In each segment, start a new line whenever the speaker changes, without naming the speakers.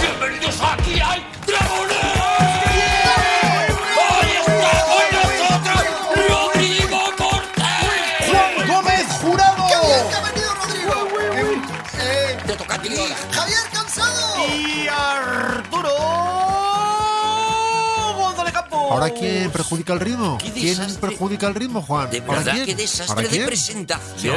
bienvenidos a Aquí hay Dragones. Hoy está con nosotros Rodrigo Cortés.
Juan Gómez Jurado.
¡Qué bien que ha venido, Rodrigo! Eh,
Te toca a ti ahora.
¡Javier Cansado!
Y Arturo González Campos.
¿Ahora quién perjudica el ritmo?
Qué
¿Quién
desastre.
perjudica el ritmo, Juan?
De
¿Ahora
verdad,
quién?
qué
¿Ahora
desastre de
quién?
Sí, ha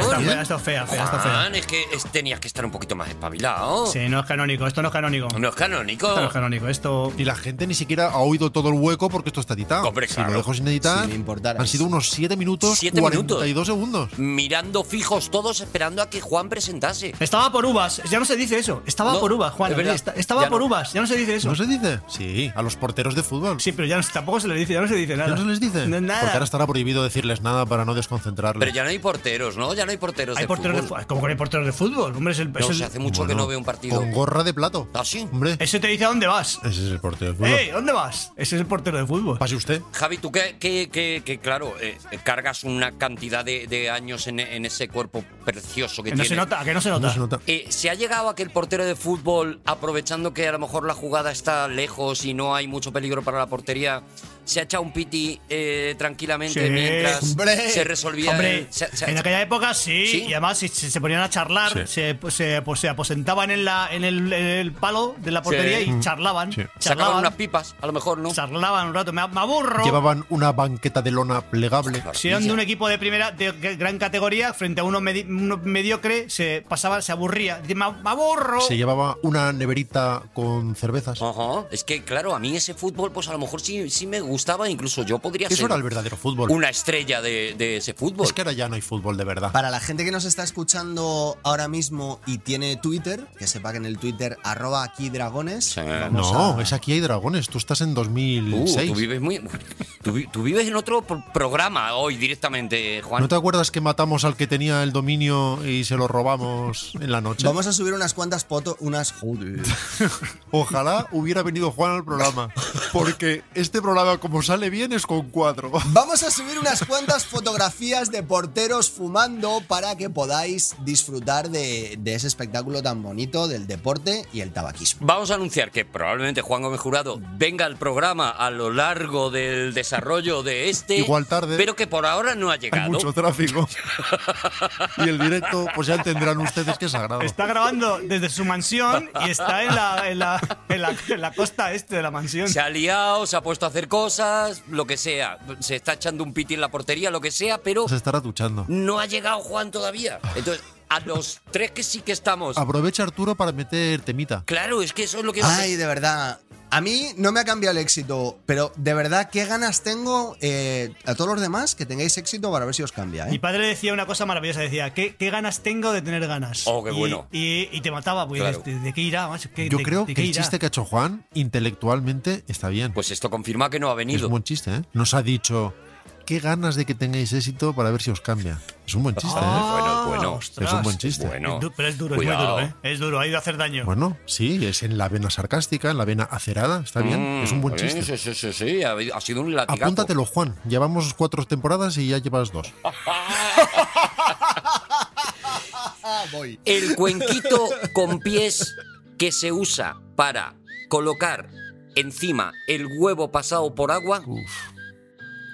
presentación.
estado fea, ha estado fea, ha estado fea.
Juan, es que es- tenías que estar un poquito más espabilado.
Sí, no es canónico, esto no es canónico.
No es canónico.
Esto no es canónico, esto.
Y la gente ni siquiera ha oído todo el hueco porque esto está editado.
Hombre,
si
claro.
lo dejo sin editar,
Si le importara.
han sido unos 7 minutos
Siete
42
minutos.
segundos.
Mirando fijos todos esperando a que Juan presentase.
Estaba por uvas, ya no se dice eso. Estaba
No,
por uvas, Juan.
es verdad.
Esta- estaba
Ya
por
no.
uvas, ya no se dice eso.
¿No se dice? Sí, a los porteros de fútbol.
Sí, pero ya no- tampoco se le dice, ya no se dice
¿Ya
nada.
no se les dice?
No,
Porque ahora
nada.
estará prohibido decirles nada para no desconcentrarles.
Pero ya no hay porteros, ¿no? Ya no hay porteros
Hay
de
porteros de
fútbol.
fútbol. ¿Cómo que hay porteros de fútbol? Hombre, es el. es
No,
el-
se hace mucho que
Bueno,
no veo un partido.
Con gorra de plato.
¿Ah, sí?
Hombre,
Ese te dice a dónde vas.
ese es el portero de fútbol.
¡Eh! ¿Dónde vas? Ese es el portero de fútbol.
Pase usted.
Javi, tú que, que, que- que, claro, eh, eh, cargas una cantidad de, de años en, en ese cuerpo precioso que
Que no
tienes.
se nota, que no se
No
nota.
se nota.
Eh, ¿Se ha llegado a que el portero de fútbol, aprovechando que a lo mejor la jugada está lejos y no hay mucho peligro para la portería, se ha echado un piti eh, tranquilamente
Sí.
mientras
Hombre.
se resolvía?
Hombre,
el- se- se-
en aquella época sí,
Sí.
y además si se, se ponían a charlar,
Sí.
se, pues, se, pues, se aposentaban en, la, en, el, en el palo de la portería y charlaban.
Mm. Sí.
sacaban
Charlaban,
unas pipas, a lo mejor, ¿no?
charlaban un rato. Me, me aburro.
Llevaban una banqueta de lona plegable.
Si eran de un equipo de primera, de g- gran categoría, frente a uno, medi- uno mediocre, se pasaba, se aburría. Dice, Me, me aburro.
Se llevaba una neverita con cervezas.
Ajá. Es que, claro, a mí ese fútbol, pues a lo mejor sí, sí me gustaba, incluso yo podría
Eso
ser
era el verdadero fútbol.
una estrella de, de ese fútbol.
Es que ahora ya no hay fútbol de verdad.
Para la gente que nos está escuchando ahora mismo y tiene Twitter, que sepa que en el Twitter arroba aquí dragones.
Sí.
vamos
No,
a-
es aquí hay dragones. Tú estás en
Uh, Tú,
2006.
tú vives muy. Tú, vi- tú vives en otro pro- programa hoy directamente, eh, Juan.
¿No te acuerdas que matamos al que tenía el dominio y se lo robamos en la noche?
Vamos a subir unas cuantas fotos, unas... Joder.
Ojalá hubiera venido Juan al programa. Porque este programa, como sale bien, es con cuatro.
Vamos a subir unas cuantas fotografías de porteros fumando para que podáis disfrutar de, de ese espectáculo tan bonito del deporte y el tabaquismo.
Vamos a anunciar que probablemente Juan Gómez Jurado venga al programa a lo largo del desarrollo de este.
Igual tarde.
Pero que por ahora no ha
Hay
llegado.
mucho tráfico. Y el directo, pues ya entenderán ustedes que es sagrado.
Está grabando desde su mansión y está en la, en la, en la- en la costa este de la mansión.
Se ha liado, se ha puesto a hacer cosas, lo que sea. Se está echando un piti en la portería, lo que sea, pero
Se estará duchando.
no ha llegado Juan todavía. Entonces, a los tres que sí que estamos.
Aprovecha Arturo para meter temita.
Claro, es que eso es lo que.
Ay, de verdad. A mí no me ha cambiado el éxito, pero de verdad, qué ganas tengo eh, a todos los demás que tengáis éxito para ver si os cambia. ¿eh?
Mi padre decía una cosa maravillosa, decía, ¿qué, qué ganas tengo de tener ganas?
Oh, qué
Y-
bueno.
Y, y te mataba, pues,
Claro.
¿de, de qué irá? macho? ¿Qué-
Yo
de-
creo
de
que
qué
el
irá?
chiste que ha hecho Juan, intelectualmente, está bien.
Pues esto confirma que no ha
Es
venido.
un buen chiste, ¿eh? Nos ha dicho, qué ganas de que tengáis éxito para ver si os cambia. Es un buen chiste,
Ah,
¿eh?
Bueno, bueno.
ostras.
Es un buen chiste.
Bueno.
Es du- pero es duro,
Cuidado.
es muy duro, ¿eh? Es duro, ha ido a hacer daño.
Bueno, sí, es en la vena sarcástica, en la vena acerada, está bien.
Mm,
es un buen
sí,
chiste.
Sí, sí, sí, sí, ha habido- ha sido un latigazo.
Apúntatelo, Juan. Llevamos cuatro temporadas y ya llevas dos.
Ah.
voy.
El cuenquito con pies que se usa para colocar encima el huevo pasado por agua.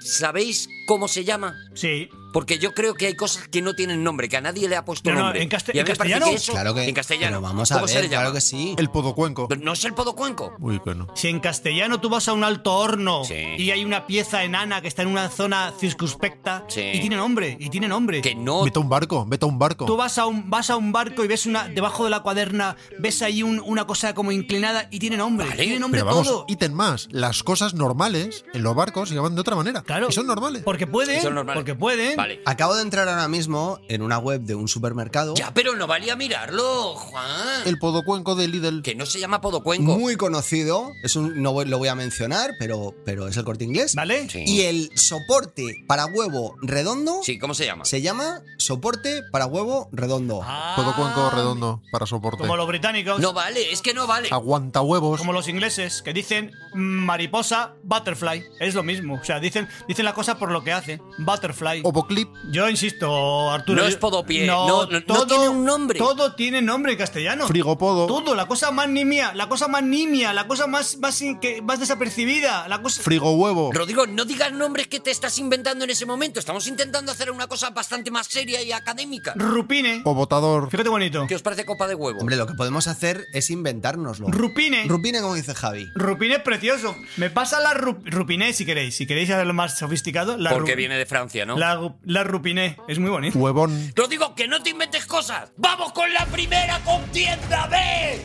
¿Sabéis cómo se llama?
Sí.
Porque yo creo que hay cosas que no tienen nombre, que a nadie le ha puesto
No, no,
nombre.
en casta-
Y a
en
mí me parece
castellano.
que eso-
Claro que
en castellano.
pero vamos a
¿Cómo
ver,
se le llama?
claro que sí.
El podocuenco.
Pero ¿No es el podocuenco?
Uy, bueno.
Si en castellano tú vas a un alto horno
Sí.
y hay una pieza enana que está en una zona circunspecta
Sí.
y tiene nombre, y tiene nombre.
Que no.
Vete a un barco, vete a un barco.
Tú vas a un vas a un barco y ves una debajo de la cuaderna, ves ahí un- una cosa como inclinada y tiene nombre,
Vale,
tiene nombre
Pero vamos,
todo.
ítem más. Las cosas normales en los barcos se llaman de otra manera.
Claro.
Y son normales.
Porque pueden,
Eso es normal.
porque pueden,
Vale.
Acabo de entrar ahora mismo en una web de un supermercado
Ya, pero no valía mirarlo, Juan.
El podocuenco de Lidl.
Que no se llama Podocuenco.
muy conocido. Es un, no voy- lo voy a mencionar, pero, pero es el corte inglés.
¿Vale?
Sí.
Y el soporte para huevo redondo
Sí, ¿cómo se llama?
se llama soporte para huevo redondo.
Ah,
Podocuenco redondo para soporte.
Como los británicos,
No vale, es que no vale.
Aguanta huevos.
como los ingleses, que dicen mm, mariposa, butterfly. Es lo mismo. O sea, dicen, dicen las cosas por lo que hacen. Butterfly.
Opoclip.
Yo insisto, Arturo.
Oh. No
yo-
es podopié, no, no- no tiene un nombre.
Todo tiene nombre en castellano.
Frigopodo.
Todo, la cosa más nimia, la cosa más nimia, la cosa más, más, in- que- más desapercibida, la cosa...
Frigo huevo.
Rodrigo, no digas nombres que te estás inventando en ese momento. Estamos intentando hacer una cosa bastante más seria y académica.
Rupine.
Pobotador.
Fíjate bonito.
Oh. ¿Qué os parece copa de huevo?
Hombre, lo que podemos hacer es inventárnoslo.
Rupine.
Rupine, como dice Javi.
Rupine es precioso. Me pasa la ru- rupiné si queréis. Si queréis hacerlo más sofisticado, la
Porque
ru-
viene de Francia, ¿no?
La, ru- la rupiné. Es muy bonito.
Huevón.
Rodrigo, que no te inventes cosas. ¡Vamos con la primera contienda! ¡Ve!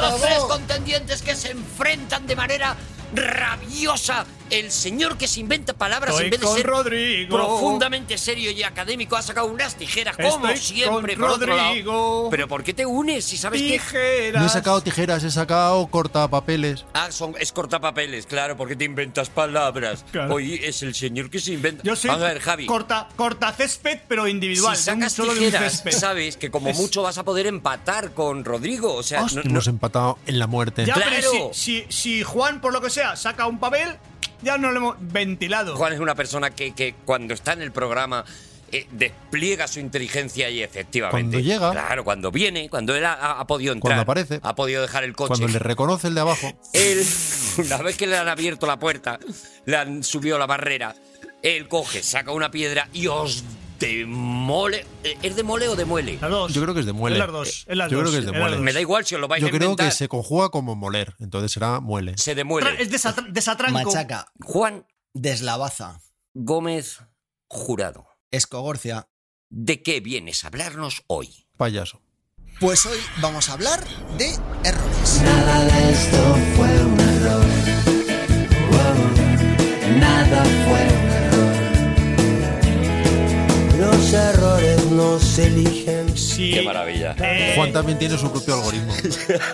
Los tres contendientes que se enfrentan de manera rabiosa. El señor que se inventa palabras
Estoy
en vez de
con
ser
Rodrigo.
profundamente serio y académico ha sacado unas tijeras como
Estoy
siempre.
con
por otro lado.
Rodrigo.
Pero ¿por qué te unes si sabes que
Tijeras.
No he sacado tijeras, he sacado cortapapeles.
Ah, son, es cortapapeles, claro, porque te inventas palabras.
Claro.
Hoy es el señor que se inventa.
Yo soy
Vamos a ver, Javi.
Corta, corta césped, pero
si
individual. de un
sacas
solo de un
tijeras,
césped.
sabes que como
Es-
mucho vas a poder empatar con Rodrigo. O sea, no-
Hostia, pues em-
no-
hemos empatado en la muerte.
Ya, pero
¡Claro!
si, si, si Juan, por lo que sea, saca un papel, ya no lo hemos ventilado.
Juan es una persona que, que cuando está en el programa eh, despliega su inteligencia y efectivamente.
Cuando llega.
Claro, cuando viene, cuando él ha- ha, ha podido entrar.
Cuando aparece.
Ha podido dejar el coche.
Cuando le reconoce el de abajo.
Él, una vez que le han abierto la puerta, le han subido la barrera, él coge, saca una piedra y os demole. eh, ¿Es demole o demuele?
Las dos.
Yo creo que es de muele.
Es las dos. Es las
Yo
dos,
creo que es de
las
muele.
dos.
Me da igual si os lo vais
Yo
a
creo
inventar.
que se conjuga como moler, entonces será muele.
se
Tra-
demuele.
Es desatra- desatranco.
Machaca,
Juan
deslavaza,
Gómez Jurado,
escogorcia.
¿de qué vienes a hablarnos hoy?
Payaso.
Pues hoy vamos a hablar de errores.
Nada fue un error. Los errores no se eligen.
Sí.
maravilla.
Eh,
Juan también tiene su propio algoritmo.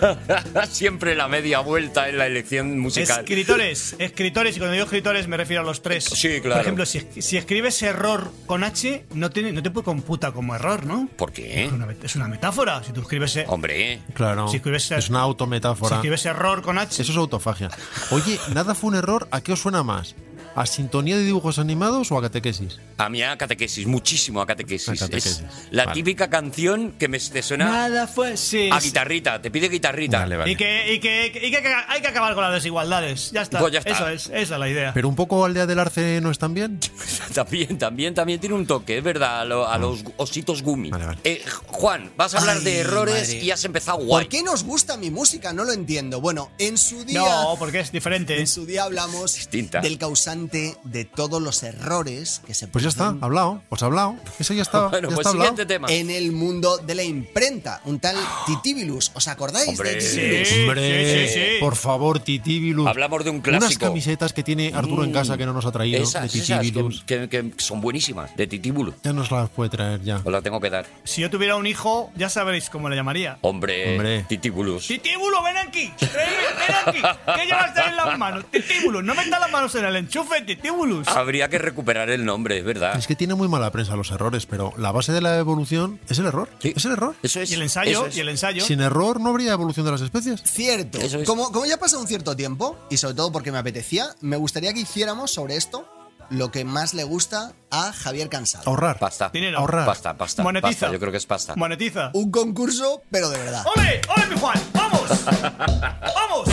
Siempre la media vuelta en la elección musical.
Escritores, escritores, y cuando digo escritores me refiero a los tres.
Sí, claro.
Por ejemplo, si, si escribes error con H, no, tiene, no te puede computa como error, ¿no?
¿Por qué? eh?
Es una met- Es una metáfora. Si tú escribes, eh,
Hombre, ¿eh?
Claro.
Si escribes-
es una
si
autometáfora.
escribes error con H,
Eso es autofagia. Oye, nada fue un error, ¿a qué os suena más? ¿A sintonía de dibujos animados o a catequesis?
a mí a catequesis, muchísimo a catequesis.
A
Es
catequesis.
la
Vale.
típica canción que me te suena
nada fue. Sí.
a guitarrita, te pide guitarrita.
Y que, y, que, y que hay que acabar con las desigualdades. Ya está.
Pues ya está.
Eso es, esa es la idea.
Pero un poco aldea del arce no es tan bien.
También, también, también tiene un toque, es verdad, a, lo- a los ositos gumi.
Vale, vale.
Eh, Juan, vas a hablar
Ay,
de errores
madre.
y has empezado guay.
¿Por qué nos gusta mi música? No lo entiendo. Bueno, en su día.
no, porque es diferente.
En su día hablamos
Distinta.
del causante de todos los errores que se
Pues ya está,
producen
hablado, pues hablado. Eso ya está.
Mm. Bueno,
ya
pues
está hablado.
siguiente tema.
en el mundo de la imprenta. Un tal Titibilus, ¿os acordáis
Hombre.
de
Sí,
Titibilus?
Eh, Hombre,
sí, sí, sí.
por favor, Titibilus.
Hablamos de un
Unas
clásico. Mm.
camisetas que tiene Arturo en casa que no nos ha traído de
Esas, esas que,
Titibilus.
que- que son buenísimas, de Titíbulo.
Ya nos las puede traer ya.
Os la tengo que dar.
Si yo tuviera un hijo, ya sabréis cómo le llamaría.
Hombre,
Hombre.
Titibulus.
Titíbulo, ven aquí. Ven, ven aquí. ¿Qué llevas en las manos? Titíbulo, no metas las manos en el enchufe, Titíbulus.
Habría que recuperar el nombre, es verdad.
Es que tiene muy mala prensa los errores, pero la base de la evolución es el error.
Sí.
Es el error.
Eso es.
Y el
eso
ensayo,
es.
y el ensayo.
Sin error no habría evolución de las especies.
Cierto.
Eso es.
Como, como ya ha pasado un cierto tiempo, y sobre todo porque me apetecía, me gustaría que hiciéramos sobre esto lo que más le gusta a Javier Cansado.
Ahorrar.
Pasta.
Dinero.
Ahorrar.
Pasta, pasta.
Monetiza.
pasta, Yo creo que es pasta. Uh.
Monetiza.
Un concurso, pero de verdad.
¡Ole! ¡Ole, mi Juan! ¡Vamos! ¡Vamos!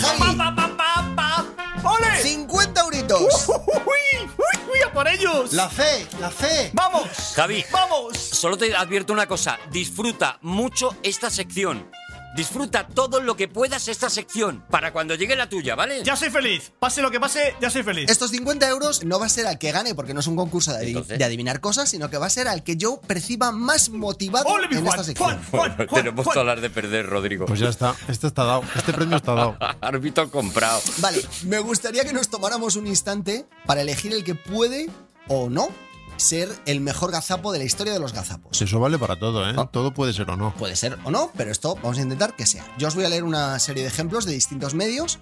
Javi,
¡Pa, pa, pa, pa! ¡Ole!
50 euritos.
¡Uy! ¡Uy! ¡Uy! ¡A por ellos!
La fe, la fe.
¡Vamos!
Javi.
¡Vamos!
Solo te advierto una cosa, disfruta mucho esta sección. Disfruta todo lo que puedas esta sección para cuando llegue la tuya, ¿vale?
Ya soy feliz. Pase lo que pase, ya soy feliz.
Estos 50 euros no va a ser al que gane, porque no es un concurso de, adi-
Entonces.
de adivinar cosas, sino que va a ser al que yo perciba más motivado
¡Ole, mi
en esta
Juan!
sección.
Juan, Juan, Juan,
Tenemos
Juan.
todas las de perder, Rodrigo.
Pues ya está. Este está dado. Este premio está dado.
Árbitro comprado.
Vale, me gustaría que nos tomáramos un instante para elegir el que puede o no ser el mejor gazapo de la historia de los gazapos.
Eso vale para todo, ¿eh?
Ah.
Todo puede ser o no.
Puede ser o no, pero esto vamos a intentar que sea. Yo os voy a leer una serie de ejemplos de distintos medios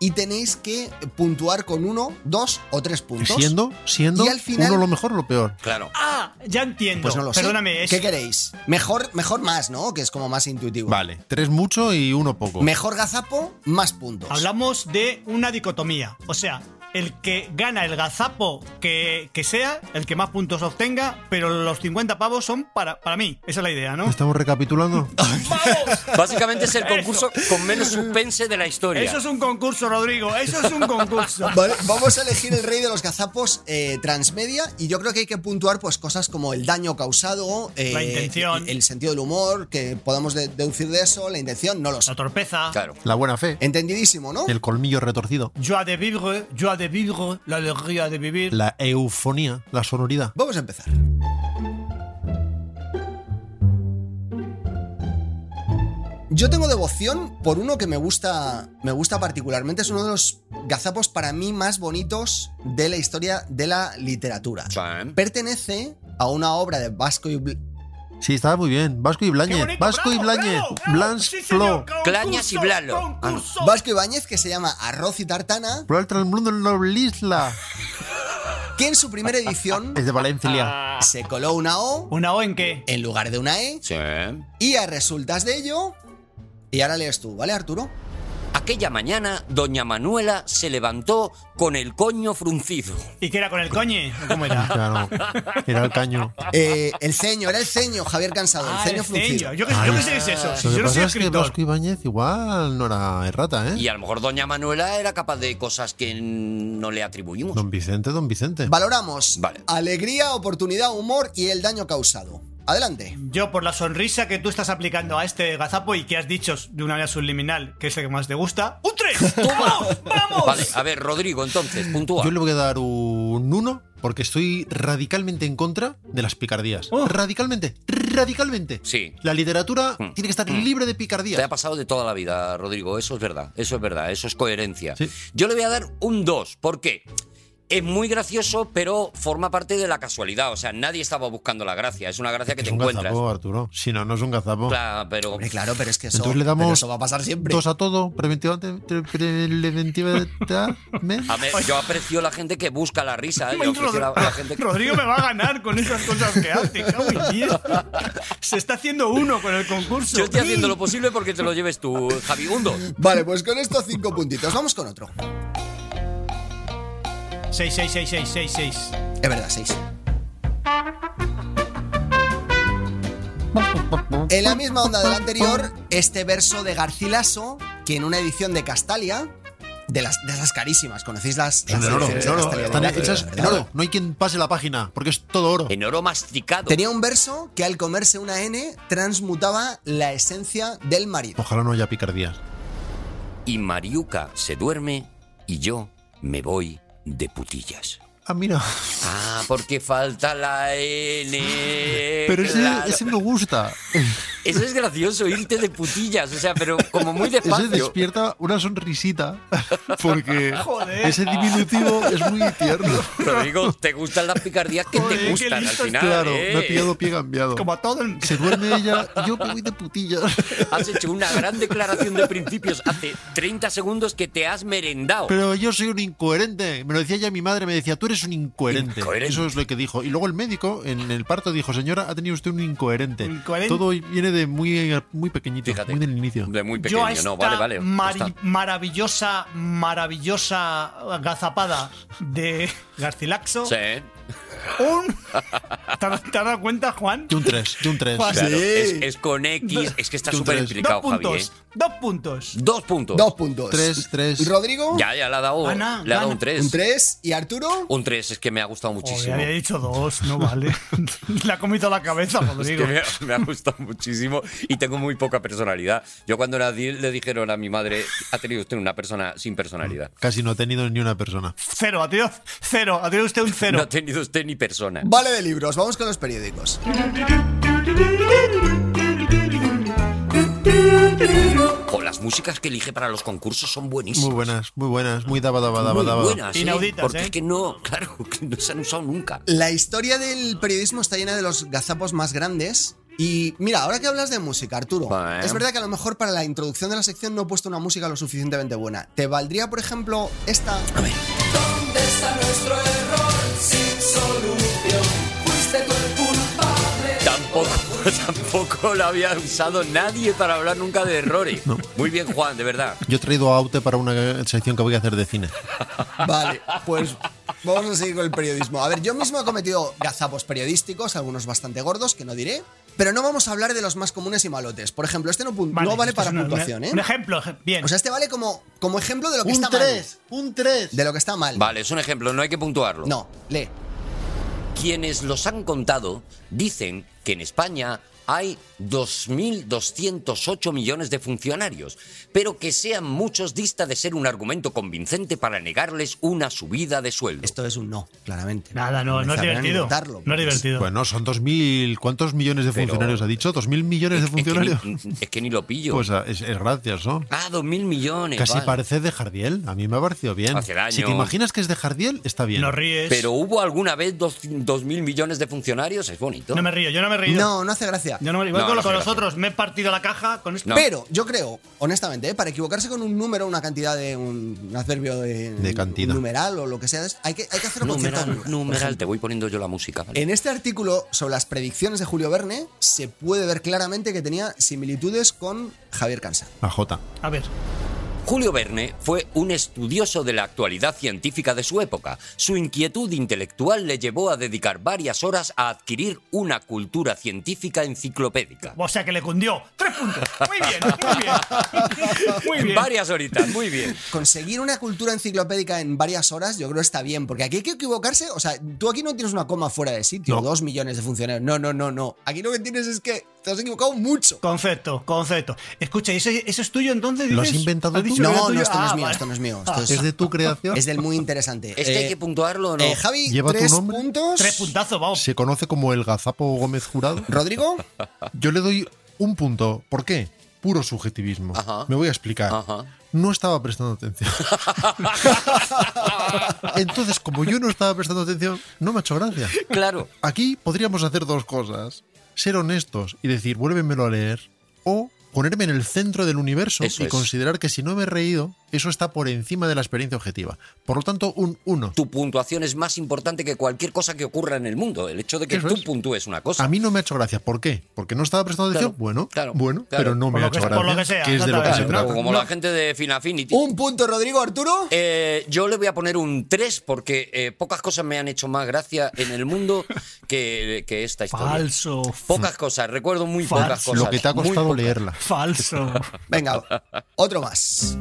y tenéis que puntuar con uno, dos o tres puntos.
Siendo, siendo
Y al final-
uno lo mejor o lo peor.
Claro.
Ah, ya entiendo.
Pues no lo sé.
Perdóname, es-
¿Qué queréis? Mejor, mejor más, ¿no? Que es como más intuitivo.
Vale, tres mucho y uno poco.
Mejor gazapo, más puntos.
hablamos de una dicotomía. O sea, el que gana el gazapo que, que sea, el que más puntos obtenga, pero los 50 pavos son para, para mí. Esa es la idea, ¿no?
¿Estamos recapitulando?
Básicamente es el concurso con menos suspense de la historia.
Eso es un concurso, Rodrigo. Eso es un concurso.
Vale, vamos a elegir el rey de los gazapos eh, transmedia y yo creo que hay que puntuar pues cosas como el daño causado, eh,
La intención.
el sentido del humor, que podamos de- deducir de eso, la intención, no lo sé.
La torpeza.
Claro.
La buena fe.
Entendidísimo, ¿no?
El colmillo retorcido.
Joie de vivre, joie de vivre, la alegría de vivir.
La eufonía. La sonoridad.
Vamos a empezar. Yo tengo devoción por uno que me gusta, me gusta particularmente. Es uno de los gazapos para mí más bonitos de la historia de la literatura.
Vale.
Pertenece a una obra de Vasco y Bl-
Sí, estaba muy bien. Vasco y
¡Qué
Blañez.
bonito!
Vasco y
¡Bravo,
Blañez.
bravo, bravo!
Blanche
Sí,
Flo.
señor, concursos,
Clañas y Blalo.
concursos.
Vasco Ibáñez que se llama Arroz y Tartana,
Plural tras mundo en la isla.
que en su primera edición
Es de Valencia.
Ah.
se coló una O
¿Una O en qué?
en lugar de una E
Sí.
y a resultas de ello... Y ahora lees tú, ¿vale, Arturo?
Aquella mañana, doña Manuela se levantó con el coño fruncido.
¿Y qué era con el coñe? ¿Cómo era?
Claro. Era el caño.
Eh, el ceño, era el ceño, Javier Cansado,
Ah,
el ceño
el
fruncido.
ceño. Yo qué sé, yo qué sé qué es eso. Si
Lo
yo
que pasa
no soy
es que
escritor.
Vasco Ibáñez igual no era errata, ¿eh?
Y a lo mejor doña Manuela era capaz de cosas que no le atribuimos.
Don Vicente, don Vicente.
Valoramos
Vale.
alegría, oportunidad, humor y el daño causado. Adelante.
Yo, por la sonrisa que tú estás aplicando a este gazapo y que has dicho de una manera subliminal, que es el que más te gusta, ¡un 3! ¡Vamos! ¡Vamos!
Vale, a ver, Rodrigo, entonces, puntúa.
Yo le voy a dar un 1 porque estoy radicalmente en contra de las picardías.
Oh.
Radicalmente, radicalmente.
Sí.
La literatura
Mm.
tiene que estar libre de picardías.
Te ha pasado de toda la vida, Rodrigo. Eso es verdad. Eso es verdad. Eso es coherencia.
Sí.
Yo le voy a dar un 2. ¿Por qué? Es muy gracioso, pero forma parte de la casualidad. O sea, nadie estaba buscando la gracia. Es una gracia que
es
te
un
encuentras.
gazapo, Arturo. Si no, no es un gazapo.
Claro, pero
Hombre, claro, pero es que eso,
Entonces le damos
pero eso va a pasar siempre.
Dos a todo, preventiva, pre- preventivamente.
a ver, yo aprecio la gente que busca la risa. ¿eh? Yo
Rod-
aprecio la, la gente que-
Rodrigo me va a ganar con esas cosas que hace. cago en diez. Se está haciendo uno con el concurso.
Yo estoy haciendo lo posible porque te lo lleves tú, Javi. Un 2.
Vale, pues con estos cinco puntitos, vamos con otro.
6, 6, 6, 6, 6, 6.
Es verdad, seis. En la misma onda del anterior, este verso de Garcilaso, que en una edición de Castalia, de las de esas carísimas, ¿conocéis las? las
En oro,
ediciones
en
de
oro.
Castalia?
Están
¿Verdad?
hechas en
¿Verdad?
oro. No hay quien pase la página porque es todo oro.
En oro masticado.
Tenía un verso que al comerse una N transmutaba la esencia del marido.
Ojalá no haya picardías.
Y Mariuca se duerme y yo me voy de putillas.
Ah, mira.
Ah, porque falta la N.
Pero ese,
claro.
ese me gusta.
Eso es gracioso, irte de putillas, o sea, pero como muy
Ese
despacio.
despierta una sonrisita porque ese diminutivo es muy tierno.
Pero digo, te gustan las picardías que
Joder,
te
qué
gustan al
listo
final.
Claro,
¿eh?
me ha pillado pie cambiado.
Como a todo el.
Se duerme ella y yo me voy de putilla.
Has hecho una gran declaración de principios hace 30 segundos que te has merendado.
Pero yo soy un incoherente. Me lo decía ya mi madre, me decía, tú eres un incoherente.
Incoherente.
Eso es lo que dijo. Y luego el médico en el parto dijo, señora, ha tenido usted un incoherente.
Incoherente.
Todo viene de muy, muy pequeñito,
Fíjate.
muy del inicio.
De muy
Yo
pequeño,
a esta
no, vale, vale. ya
mari-
está.
maravillosa, maravillosa gazapada de Garcilaxo
Sí.
un. ¿Te has te has dado cuenta, Juan?
De un 3, de un 3.
Juan,
Claro,
Sí.
es, es con X, es que está
Tú
súper
tres.
dos
implicado, Javi.
puntos.
¿eh?
Dos puntos.
Dos puntos.
Dos puntos.
Tres, tres.
¿Y Rodrigo?
Ya, ya le ha dado,
Gana,
le ha dado
gana.
un 3.
Un tres. ¿Y Arturo?
Un 3, es que me ha gustado
Joder,
muchísimo.
había dicho dos, no vale. Le ha comido la cabeza,
Es
Rodrigo.
que me, ha- me ha gustado muchísimo y tengo muy poca personalidad. Yo cuando era 10 le dijeron a mi madre, ha tenido usted una persona sin personalidad.
Casi no ha tenido ni una persona.
Cero, ha tenido cero, ha tenido usted un cero.
No ha tenido usted ni persona.
Vale de libros, vamos con los periódicos.
Jo, las músicas que elige para los concursos son buenísimas.
Muy buenas, muy buenas, muy daba, daba, daba,
Muy
daba.
buenas, ¿eh?
Inauditas,
Porque
¿eh?
es que no, claro, que no se han usado nunca.
La historia del periodismo está llena de los gazapos más grandes. Y mira, ahora que hablas de música, Arturo,
Bueno.
es verdad que a lo mejor para la introducción de la sección no he puesto una música lo suficientemente buena. ¿Te valdría, por ejemplo, esta?
A ver,
¿Dónde está nuestro error sin solución? Fuiste tú el culpable.
tampoco, tampoco la había usado nadie para hablar nunca de errores. Muy bien, Juan, de verdad.
Yo he traído a Aute para una sección que voy a hacer de cine.
Vale, pues vamos a seguir con el periodismo. A ver, yo mismo he cometido gazapos periodísticos, algunos bastante gordos, que no diré. Pero no vamos a hablar de los más comunes y malotes. Por ejemplo, este no, pun-
Vale,
no vale
esto es
para
una-
puntuación, ¿eh?
Un ejemplo, eje- bien.
O sea, este vale como, como ejemplo de lo que está mal.
un 3.
De lo que está mal.
Vale, es un ejemplo, no hay que puntuarlo.
No, lee.
Quienes los han contado dicen que en España hay 2.208 millones de funcionarios, pero que sean muchos dista de ser un argumento convincente para negarles una subida de sueldo.
Esto es un no, claramente.
Nada, no, no es
Sabrán
divertido.
inventarlo,
No es
pues.
divertido.
Bueno, son 2.000. ¿Cuántos millones de
Pero-
funcionarios ha dicho? ¿2.000 millones de
Es que ni-
funcionarios?
es que ni lo pillo.
Pues ah, es, es gracias, ¿no?
Ah, dos mil millones.
Casi
vale.
parece de Jardiel. A mí me ha parecido bien.
Hace daño.
Si te imaginas que es de Jardiel, está bien.
No ríes.
Pero hubo alguna vez dos, dos mil millones de funcionarios, es bonito.
No me río, yo no me he reído.
No, no hace gracia.
Yo no me río. Igual
No,
con,
no
con
hace
los
gracia.
otros, me he partido la caja con esto.
No.
Pero yo creo, honestamente, ¿eh? para equivocarse con un número, una cantidad de un, un adverbio de,
De cantidad.
un numeral o lo que sea, es- hay que, hay que hacerlo con cierta
numeral,
holgura.
numeral, te voy poniendo yo la música. ¿vale?
En este artículo sobre las predicciones de Julio Verne, se puede ver claramente que tenía similitudes con Javier Cansado.
A J.
A ver.
Julio Verne fue un estudioso de la actualidad científica de su época. Su inquietud intelectual le llevó a dedicar varias horas a adquirir una cultura científica enciclopédica.
O sea que le cundió. Tres puntos. Muy bien, muy bien. Muy bien.
Varias horitas, muy bien.
Conseguir una cultura enciclopédica en varias horas, yo creo que está bien, porque aquí hay que equivocarse. O sea, tú aquí no tienes una coma fuera de sitio,
No.
dos millones de funcionarios. No, no, no, no. Aquí lo que tienes es que te has equivocado mucho.
Concepto, concepto. Escucha, ¿y ¿eso, eso es tuyo entonces?
¿Lo has
dices?
inventado
¿Has
tú?
dicho que era
No,
tuyo?
no, esto no
Ah,
es mío,
vale.
esto no es mío. Esto
¿Es de tu creación?
Es del muy interesante.
¿Este hay
Eh,
que puntuarlo o no?
eh, Javi,
¿Lleva tu
tres
nombre?
puntos.
Tres puntazos, vamos.
Se conoce como el Gazapo Gómez Jurado.
Rodrigo,
Yo le doy un punto. ¿Por qué? Puro subjetivismo.
Ajá.
Me voy a explicar.
Ajá.
No estaba prestando atención. Entonces, como yo no estaba prestando atención, no me ha hecho gracia.
Claro.
Aquí podríamos hacer dos cosas. Ser honestos y decir, vuélvemelo a leer. O ponerme en el centro del universo
Eso
y
es.
considerar que si no me he reído, eso está por encima de la experiencia objetiva. Por lo tanto, un 1.
Tu puntuación es más importante que cualquier cosa que ocurra en el mundo. El hecho de que
Eso
tú
es.
puntúes una cosa.
A mí no me ha hecho gracia. ¿Por qué? Porque no estaba prestando atención.
Claro,
bueno,
claro,
bueno,
claro.
pero no
Por
me ha
lo que-
hecho
por lo
gracia.
que sea,
es de lo que
exactamente.
se
Claro,
trata.
como
No.
la gente de Finafinity.
un punto, Rodrigo, Arturo.
Eh, yo le voy a poner un 3 porque eh, pocas cosas me han hecho más gracia en el mundo que, que esta historia.
Falso.
Pocas cosas, recuerdo muy
Falso.
pocas cosas.
Lo que te ha
muy
costado
pocas.
leerla.
Falso.
Venga, otro más.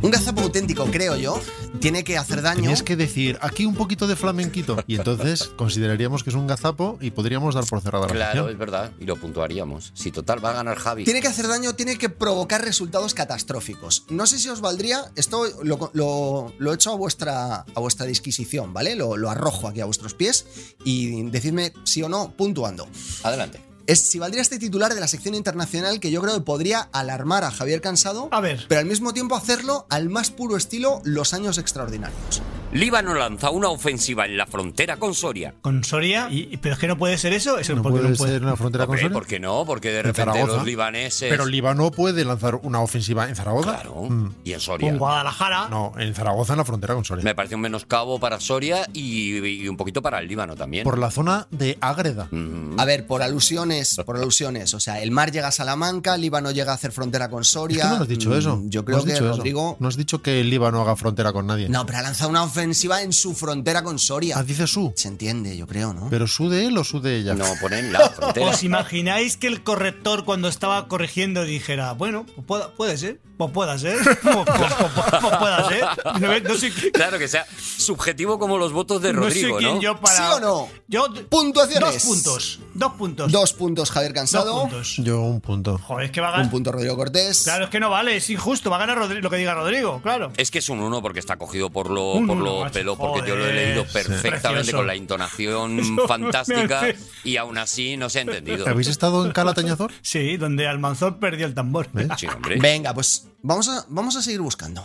Un gazapo auténtico, creo yo, tiene que hacer daño.
Tenías que decir aquí un poquito de flamenquito. Y entonces consideraríamos que es un gazapo y podríamos dar por cerrada la
Claro,
sección.
es verdad. Y lo puntuaríamos. Si total va a ganar Javi.
Tiene que hacer daño, tiene que provocar resultados catastróficos. No sé si os valdría, esto lo, lo, lo echo a vuestra, a vuestra disquisición, ¿vale? Lo, lo arrojo aquí a vuestros pies y decidme sí o no puntuando.
Adelante.
Es si valdría este titular de la sección internacional que yo creo que podría alarmar a Javier Cansado,
A ver.
pero al mismo tiempo hacerlo al más puro estilo los años extraordinarios.
Líbano lanza una ofensiva en la frontera con Soria.
Con Soria, y, y- pero es que no puede ser eso. Eso
No
porque
puede
no puede.
ser una frontera con
Hombre,
Soria.
¿Por qué no? Porque de
En
repente
Zaragoza.
los libaneses.
Pero Líbano puede lanzar una ofensiva en Zaragoza.
Claro,
Mm.
y en Soria.
Con Guadalajara.
No, en Zaragoza en la frontera con Soria.
Me parece un menoscabo para Soria y, y un poquito para el Líbano también.
Por la zona de Ágreda.
Mm.
A ver, por alusiones, por alusiones. O sea, el mar llega a Salamanca, Líbano llega a hacer frontera con
Es
Soria.
que no has dicho
Mm,
eso.
Yo
No
creo
has
que
dicho eso.
Rodrigo.
No has dicho que el Líbano haga frontera con nadie.
No, pero ha lanzado una ofensiva en su frontera con
Ah,
Soria.
dice su.
Se entiende, yo creo, ¿no?
¿Pero su de él o su de ella?
No, ponen la frontera.
¿Os imagináis que el corrector cuando estaba corrigiendo dijera, bueno, pues pueda- puede ser, pues pueda ser, pues, pues- pues- pues pueda ser? No, no sé qué-
Claro, que sea subjetivo como los votos de
no sé
Rodrigo,
quién
¿no?
yo para...
¿Sí o no?
Yo,
Puntuaciones.
Dos puntos, dos puntos.
Dos puntos Javier
dos
Cansado,
puntos.
Yo un punto.
Joder, es que va a
un
ganar...
punto Rodrigo Cortés.
Claro, es que no vale, es injusto, va a ganar Rodri- lo que diga Rodrigo, claro.
Es que es un uno porque está cogido por lo,
Un
por
uno,
lo
macho,
pelo, porque yo lo he
joder,
leído
sí.
perfectamente
Precioso.
con la entonación
Eso me
fantástica
hace-
y aún así no se ha entendido.
¿Habéis estado en Calatañazor?
Sí, donde Almanzor perdió el tambor.
Sí, hombre.
Venga, pues vamos a, vamos a seguir buscando.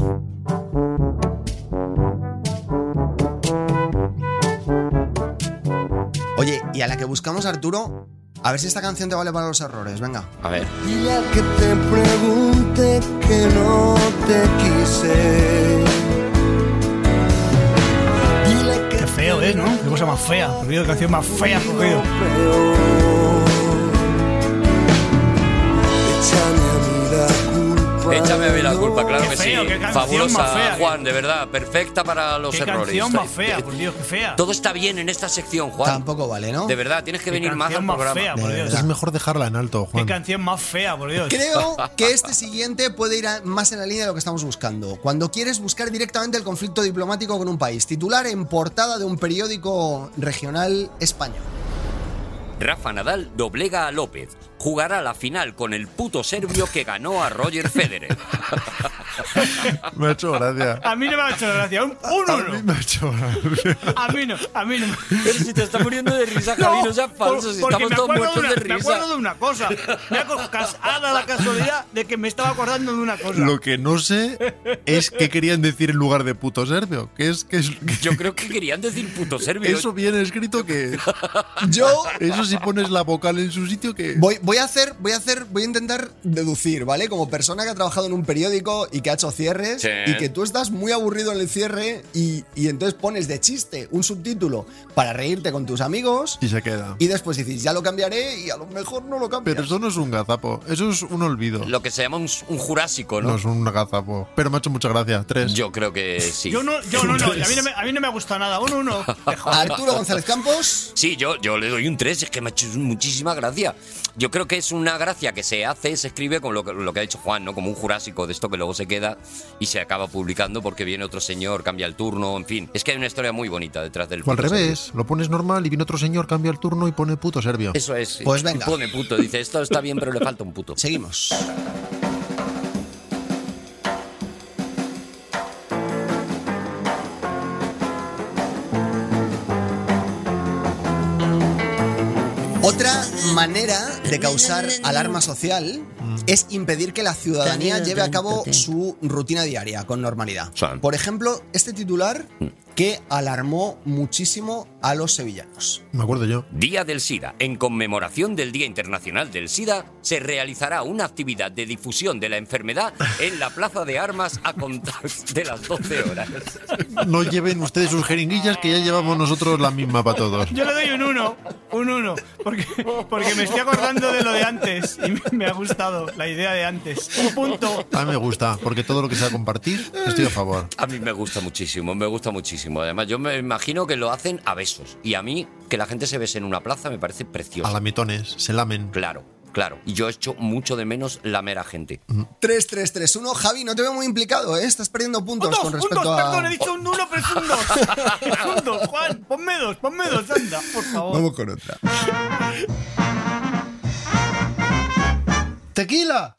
Oye, y a la que buscamos, Arturo, a ver si esta canción te vale para los errores, venga.
A ver,
Dile al que te pregunte que no te quise. Dile que
Qué feo, ¿eh? ¿No? Qué cosa más fea. Rodrigo, canción más fea, Rodrigo.
échame a mí la culpa, claro
Qué
que
feo,
sí.
qué canción
Fabulosa,
más fea,
Juan, de verdad, perfecta para los
Qué
errores.
canción más fea, por Dios, qué fea.
Todo está bien en esta sección, Juan.
Tampoco vale, ¿no?
De verdad, tienes que
Qué
venir más al
canción más
programa. Eh,
fea, por
De
Dios.
Es mejor dejarla en alto,
Qué
Juan.
canción más fea, por Dios.
Creo que este siguiente puede ir a- más en la línea de lo que estamos buscando. Cuando quieres buscar directamente el conflicto diplomático con un país, titular en portada de un periódico regional español.
Rafa Nadal doblega a López. Jugará la final con el puto serbio que ganó a Roger Federer.
Me ha hecho gracia.
A mí no me ha hecho gracia. Un, un
A mí
uno.
me ha hecho gracia.
A mí no, a mí no.
Pero si te está muriendo de risa, Javi, no, seas falso.
por-
si
porque
estamos
me
todos
acuerdo
muertos
una-
de
Me acuerdo
risa.
de una cosa. Me ha co- cas- ha dado la casualidad de que me estaba acordando de una cosa.
Lo que no sé es qué querían decir en lugar de puto serbio. Que es que, es- que
Yo creo que querían decir puto serbio.
eso viene escrito que.
Yo
Eso si pones la vocal en su sitio que.
Voy, voy a hacer, voy a hacer, voy a intentar deducir, ¿vale? Como persona que ha trabajado en un periódico y que ha hecho cierres
Sí.
y que tú estás muy aburrido en el cierre y, y entonces pones de chiste un subtítulo para reírte con tus amigos
Y se queda.
y después dices, ya lo cambiaré y a lo mejor no lo cambias.
Pero eso no es un gazapo. Eso es un olvido.
Lo que se llama un, un jurásico,
No
¿no?
es un gazapo. Pero me ha hecho mucha gracia. Tres.
Yo creo que sí.
Yo no, yo no, no. y A mí no, me, a mí no me ha gustado nada. Un uno. Te jodas.
Arturo González Campos,
Sí, yo, yo le doy un 3, es que me ha hecho muchísima gracia. Yo creo que es una gracia que se hace, se escribe con lo que, lo que ha hecho Juan, ¿no? Como un jurásico de esto que luego se queda y se acaba publicando porque viene otro señor, cambia el turno, en fin. Es que hay una historia muy bonita detrás del
O al
puto
revés,
serbio.
lo pones normal y viene otro señor, cambia el turno y pone puto serbio.
Eso es. sí.
Pues venga.
Y Pone puto, dice, esto está bien, pero le falta un puto.
seguimos. Otra manera de causar alarma social es impedir que la ciudadanía lleve a cabo su rutina diaria con normalidad.
Sí.
Por ejemplo, este titular que alarmó muchísimo a los sevillanos.
Me acuerdo yo.
Día del SIDA. En conmemoración del Día Internacional del SIDA, se realizará una actividad de difusión de la enfermedad en la Plaza de Armas a contar de las 12 horas.
No lleven ustedes sus jeringuillas que ya llevamos nosotros la misma para todos.
Yo le doy un 1, un 1, porque, porque me estoy acordando de lo de antes y me- me ha gustado la idea de antes. Un punto.
A mí me gusta, porque todo lo que sea compartir, estoy a favor.
A mí me gusta muchísimo, me gusta muchísimo. Además, yo me imagino que lo hacen a besos. Y a mí, que la gente se bese en una plaza me parece
A
precioso.
lametones, se lamen.
Claro, claro. Y yo echo mucho de menos la mera gente.
3331, Javi, no te veo muy implicado, ¿eh? Estás perdiendo puntos
Un 2,
con
un
respecto
2,
a
Oh, perdón, he dicho un 1, pero es un 2. Es un 2, Juan, ponme 2, ponme 2, anda, por favor.
Vamos con otra.
¡Tequila!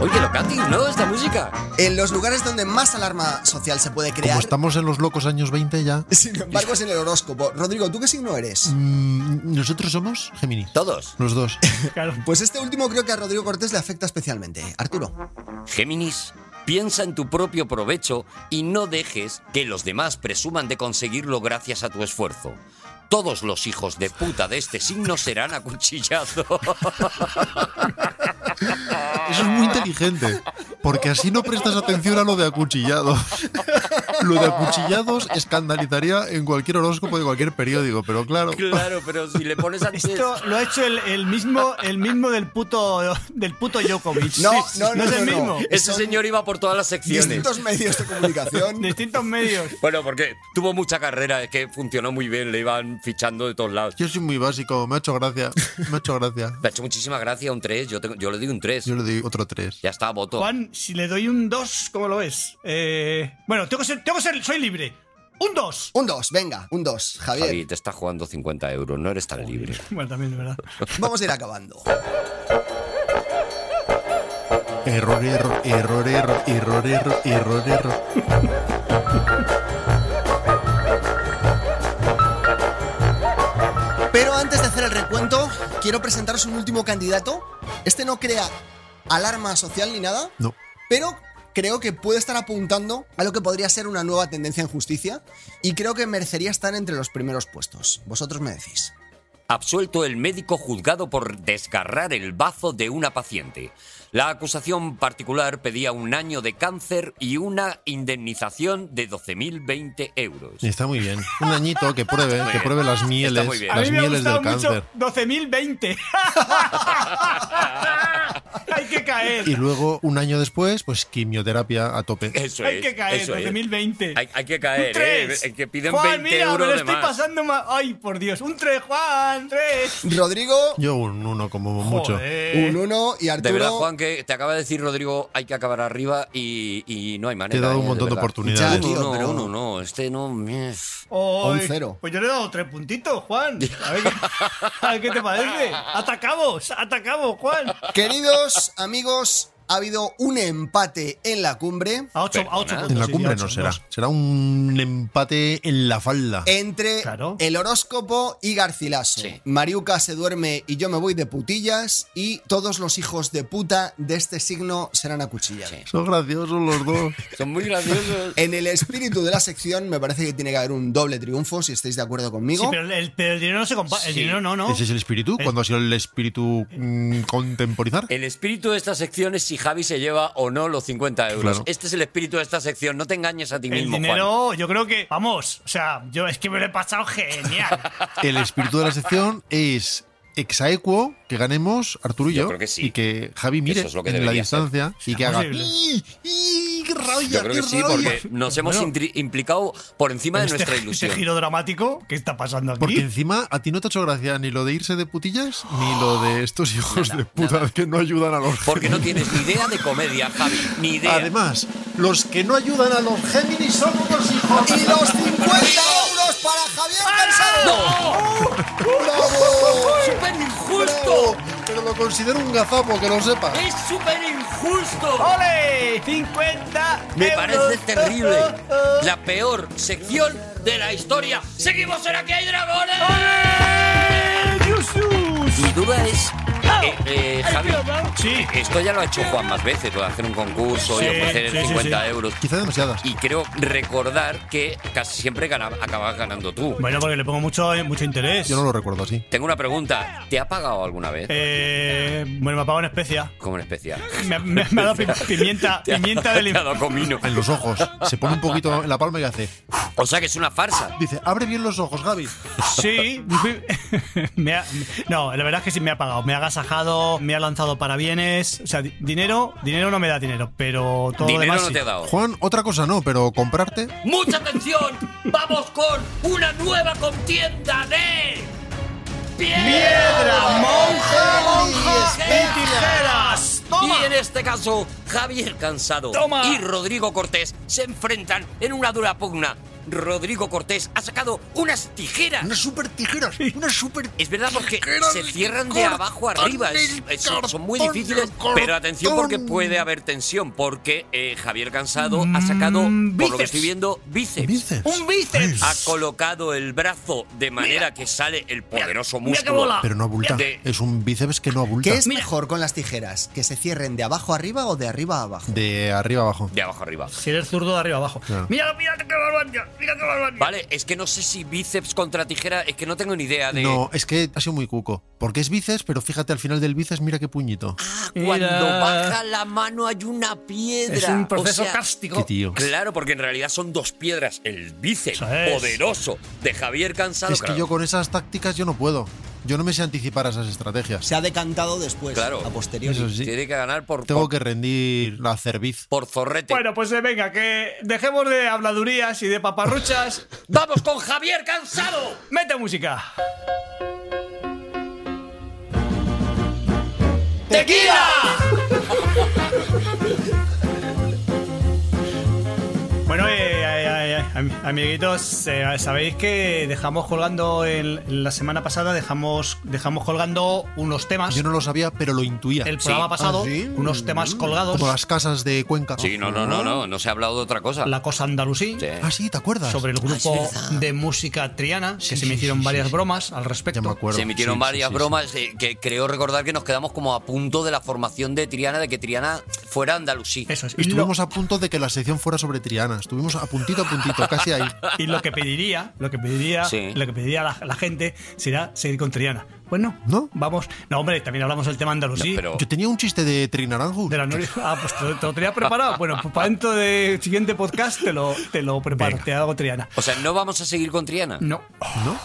Oye, lo Katy, ¿no? Esta música.
En los lugares donde más alarma social se puede crear.
Como estamos en los locos años 20 ya,
Sin embargo, es en el horóscopo. Rodrigo, ¿tú qué signo eres?
mm, nosotros somos Géminis.
Todos.
Los dos.
Claro.
Pues este último creo que a Rodrigo Cortés le afecta especialmente. Arturo.
Géminis, Piensa en tu propio provecho y no dejes que los demás presuman de conseguirlo gracias a tu esfuerzo. Todos los hijos de puta de este signo serán acuchillados.
Eso es muy inteligente, porque así no prestas atención a lo de acuchillados. Lo de acuchillados escandalizaría en cualquier horóscopo de cualquier periódico, pero claro.
claro, pero si le pones antes...
Esto lo ha hecho el, el mismo, el mismo del puto del puto Djokovic.
No, no, no,
es el
no, no.
mismo.
Ese
son
señor iba por todas las secciones.
Distintos medios de comunicación.
Distintos medios.
Bueno, porque tuvo mucha carrera, es que funcionó muy bien, le iban fichando de todos lados.
Yo soy muy básico, me ha hecho gracia. Me ha hecho gracia.
Me ha hecho muchísima gracia un 3, yo, tengo- yo le di un 3.
Yo le doy otro 3.
Ya está, voto.
Juan, si le doy un 2, ¿cómo lo ves? Eh, bueno, tengo que, ser, tengo que ser, soy libre. Un 2.
Un 2, venga, un 2, Javier.
Javi, te está jugando 50 euros, no eres tan libre.
Bueno, también, de verdad.
Vamos a ir acabando.
Error, error, error, error, error, error, error, error.
Pero antes de hacer el recuento, quiero presentaros un último candidato. Este no crea alarma social ni nada,
No.
pero creo que puede estar apuntando a lo que podría ser una nueva tendencia en justicia y creo que merecería estar entre los primeros puestos. Vosotros me decís.
Absuelto el médico juzgado por desgarrar el bazo de una paciente. La acusación particular pedía un año de cáncer y una indemnización de 12.020 euros.
Y está muy bien. Un añito que pruebe, que
bien.
pruebe las
Está
mieles,
muy bien.
A
las
mí me ha
mieles del
gustado
cáncer.
mucho 12.020. Hay que caer.
Y luego, un año después, pues quimioterapia a tope.
Eso
Hay
es,
que caer,
eso es.
12.020.
Hay, hay que caer, ¿eh?
¡Tres!
El que piden
Juan,
20
mira,
euros
me lo
de
estoy
más.
pasando mal. Ay, por Dios. Un 3, Juan, 3.
Rodrigo,
Yo un uno como mucho.
un 1 y Arturo.
Eh, De verdad, Juan, que te acaba de decir Rodrigo, hay que acabar arriba y, y no hay manera.
Te he dado
¿eh?
un montón de
verdad.
oportunidades.
Ya, tío,
no,
pero-
no, no, este no. meh.
Ay,
un cero.
Pues yo le he dado tres puntitos, Juan. A ver, qué, a ver qué te parece. Atacamos, atacamos, Juan.
Queridos amigos, ha habido un empate en la cumbre
A ocho, a ocho
Perdona.
puntos.
En la
sí, sí,
cumbre
a ocho,
no será.
dos.
Será un empate en la falda.
Eh.
entre
Claro.
el horóscopo y Garcilaso.
Sí.
Mariuca se duerme y yo me voy de putillas y todos los hijos de puta de este signo serán acuchillados.
Son graciosos los dos.
Son muy graciosos.
En el espíritu de la sección me parece que tiene que haber un doble triunfo si estáis de acuerdo conmigo.
Sí, pero el, el- pero el dinero no se compara. El dinero no, ¿no?
¿Ese es el espíritu? ¿Cuándo ha sido el espíritu mm, contemporizar?
El espíritu de esta sección es si Javi se lleva o no los 50 euros.
Claro.
Este es el espíritu de esta sección. No te engañes a ti
El
mismo,
dinero, yo creo que. Vamos, o sea, yo es que me lo he pasado genial.
El espíritu de la sección es exaequo que ganemos Arturo y
Yo
yo,
creo que sí.
y que Javi mire
Eso es lo que
en la
debería ser.
distancia y que haga
posible.
"Ih, ih, qué rabia,
Juan. Yo creo
qué
que sí,
rabia".
porque nos hemos
Bueno.
intri- implicado por encima de
Este-
nuestra
este,
ilusión.
giro dramático, ¿qué está pasando aquí?
Porque encima a ti no te ha hecho gracia ni lo de irse de putillas ni lo de estos hijos de puta que no ayudan a los
Ah, Porque no tienes ni idea de comedia, Javi. Ni idea.
Además, los que no ayudan a los Géminis son unos hijos.
Y los 50 euros para Javier
¡Ah!
Cansado.
¡Oh!
¡Es
¡Bravo!
¡Oh! súper injusto!
Pero lo considero un gazapo, que lo sepa.
¡Es súper
¡Oh!
injusto!
¡Ole! ¡50!
Me
euros.
parece terrible. La peor sección de la historia. ¡Seguimos en Aquí hay dragones! Mi duda es. eh, eh, Javi,
Sí.
esto ya lo ha hecho Juan más veces, lo de hacer un concurso y
Sí,
ofrecer
sí,
el
sí,
50
sí.
euros.
Quizá demasiadas.
Y creo recordar que casi siempre gana- acabas ganando tú.
Bueno, porque le pongo mucho, eh, mucho interés.
Yo no lo recuerdo así.
Tengo una pregunta. ¿Te ha pagado alguna vez?
Eh, bueno, me ha pagado en especia.
Como en especial.
Me, me- me ha dado pi- pimienta,
Te ha-
pimienta del
te ha dado comino.
En los ojos. Se pone un poquito en la palma y hace.
O sea que es una farsa.
Dice, abre bien los ojos, Gaby.
Sí. Me ha- no, la verdad es que sí me ha pagado. Me ha agasajado, me ha lanzado para bienes. O sea, di- dinero, dinero no me da dinero, pero todo lo
Dinero
demás.
no
sí.
te ha dado.
Juan, otra cosa no, pero comprarte.
¡Mucha atención! ¡Vamos con una nueva contienda de. ¡Piedra,
monja, monja
y
tijeras!
Y en este caso, Javier Cansado
Toma.
y Rodrigo Cortés se enfrentan en una dura pugna Rodrigo Cortés ha sacado unas tijeras.
Unas super tijeras, unas super
Es verdad porque
tijeras
se
que
cierran de
cortan
abajo arriba, es-
el
es- son, son muy
cartón,
difíciles,
el cartón.
pero atención porque puede haber tensión, porque eh, Javier Cansado ha sacado,
Mm,
por lo que
bíceps.
estoy viendo, bíceps.
Bíceps.
¡Un bíceps!
Ha colocado el brazo de manera que sale el poderoso
mira qué
músculo.
bola.
Pero no abulta.
De-
Es un bíceps que no abulta.
¿Qué es mejor con las tijeras? ¿Que se cierren de abajo arriba o de arriba a abajo?
De arriba abajo.
De abajo arriba.
Si eres zurdo, de arriba abajo.
Claro.
Mira, mira qué barbaridad, mira qué barbaridad.
Vale, es que no sé si bíceps contra tijera, es que no tengo ni idea de.
No, es que ha sido muy cuco. Porque es bíceps, pero fíjate al final del bíceps, mira qué puñito.
Ah,
Cuando
Mira.
baja la mano hay una piedra.
Es un proceso
O sea,
cástico.
Qué tío.
Claro, porque en realidad son dos piedras. El bíceps
Eso es.
poderoso de Javier Cansado.
es que
claro,
yo con esas tácticas yo no puedo. Yo no me sé anticipar a esas estrategias.
Se ha decantado después,
Claro.
a posteriori.
Eso sí.
Tiene que ganar por,
Tengo
por,
que rendir la cerviz.
por zorrete.
Bueno, pues eh, venga, que dejemos de habladurías y de paparruchas.
¡Vamos con Javier Cansado!
¡Mete música!
¡Tequila!
Bueno, eh, eh, eh, am- amiguitos, eh, sabéis que dejamos colgando el- la semana pasada, dejamos, dejamos colgando unos temas.
Yo no lo sabía, pero lo intuía.
el programa pasado,
Ah, ¿sí?
unos temas colgados.
Como las casas de Cuenca.
Sí, no, no, no, no. No se ha hablado de otra cosa.
La cosa andalusí.
Sí.
Ah, sí, ¿te acuerdas?
Sobre el grupo de música triana, que
Sí,
se
sí,
me hicieron
sí,
varias
sí, sí.
bromas al
Ya
respecto.
me acuerdo.
Se emitieron
Sí, sí,
varias
sí, sí.
bromas eh, que creo recordar que nos quedamos como a punto de la formación de Triana, de que Triana fuera andalusí.
Eso es. Y lo-
Estuvimos a punto de que la sección fuera sobre Triana. Estuvimos a puntito a puntito, casi ahí.
Y lo que pediría, lo que pediría,
Sí.
lo que pediría la, la gente será seguir con Triana. Pues no,
¿No?
Vamos. No, hombre, también hablamos del tema andalusí.
No, pero-
Yo tenía un chiste de Trinarango.
De la Nuria. Ah, pues te, lo- te lo tenía preparado. Bueno, pues para dentro del siguiente podcast te lo, te lo preparo,
Venga.
te hago Triana.
O sea, no vamos a seguir con Triana.
No.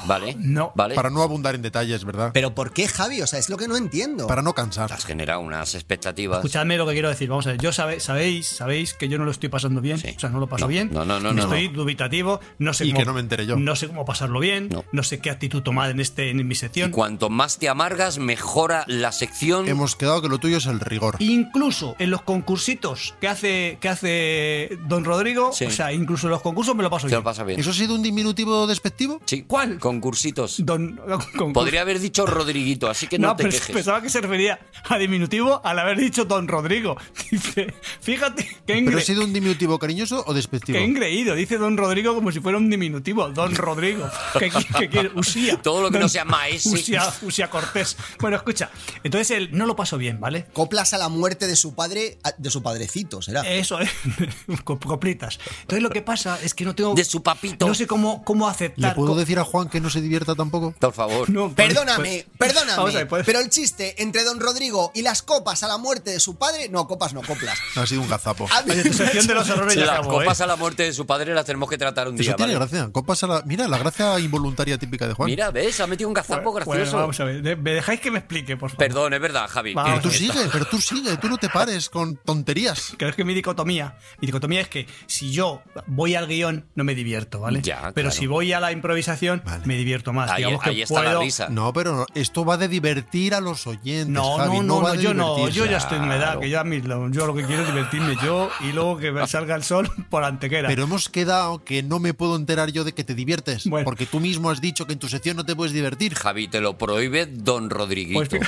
Vale.
No.
Vale.
Para no abundar en detalles, ¿verdad?
Pero ¿por qué, Javi? O sea, es lo que no entiendo.
Para no cansar.
Has generado unas expectativas.
Escuchadme lo que quiero decir. Vamos a ver, yo sabe- sabéis, sabéis que yo no lo estoy pasando bien.
Sí.
O sea, no lo paso
No,
bien.
no, no, no, no,
Estoy dubitativo. No sé
Y
cómo,
que no me entere yo.
No sé cómo pasarlo bien.
No.
No, sé qué actitud tomar en este en mi
Y
sección.
cuanto más te amargas, mejora la sección.
Hemos quedado que lo tuyo es el rigor.
Incluso en los concursitos que hace, que hace Don Rodrigo,
Sí.
o sea, incluso en los concursos me lo paso
Te
yo.
lo pasa bien.
¿Eso ha sido un diminutivo despectivo?
Sí.
¿Cuál?
Concursitos.
Don, concurso.
Podría haber dicho Rodriguito, así que no,
No,
te
pero
quejes.
pensaba que se refería a diminutivo al haber dicho Don Rodrigo. Dice, fíjate, qué,
¿Pero ha
engre-
sido un diminutivo cariñoso o despectivo?
qué engreído. Dice Don Rodrigo como si fuera un diminutivo. Don Rodrigo. ¿Qué, qué- qué quiere? Usía.
Todo lo que
Don-
no sea maese.
Usía, Usía Cortés. Bueno, escucha. Entonces él no lo pasó bien, ¿vale?
Coplas a la muerte de su padre, a- de su padrecito, será.
Eso es. Con coplitas. Entonces lo que pasa es que no tengo.
De su papito.
No sé cómo, cómo aceptar.
¿Le puedo
co-
decir a Juan que no se divierta tampoco?
Por favor.
No, pues-
Perdóname,
pues-
perdóname.
Vamos a ver, pues-
Pero el chiste entre Don Rodrigo y las copas a la muerte de su padre. No, copas no, coplas.
Ha sido un gazapo.
A mí-
Oye, tu sección de los errores ya
Las
acabó, ¿eh?
copas a la muerte de su padre las tenemos que tratar un
Eso
día.
tiene
¿vale?
gracia. Copas a la... Mira, la gracia involuntaria típica de Juan.
Mira, ¿ves? Ha metido un gazapo
Bueno,
gracioso.
vamos a ver. de- ¿Me dejáis que me explique, por favor?
Perdón, es verdad, Javi.
Vamos.
pero
que-
tú sigue, pero tú sigue, tú no te pares con tonterías.
Creo que mi dicotomía, mi dicotomía es que si yo voy al guión no me divierto, ¿vale?
Ya,
Pero
claro.
si voy a la improvisación
Vale.
me divierto más.
Ahí,
Digamos que
ahí está la
puedo-
risa.
No, pero esto va de divertir a los oyentes.
No,
Javi,
no, no,
va
no,
de
yo no,
divertir.
yo ya estoy en la edad, que yo, a mí lo, yo lo que quiero es divertirme yo y luego que me salga el sol por antequera.
Pero hemos quedado que no me puedo enterar yo de que te diviertes.
Bueno.
Porque tú mismo has dicho que en tu sección no te puedes divertir.
Javi, te lo prohíbe Don
pues,
Rodriguito.
fí-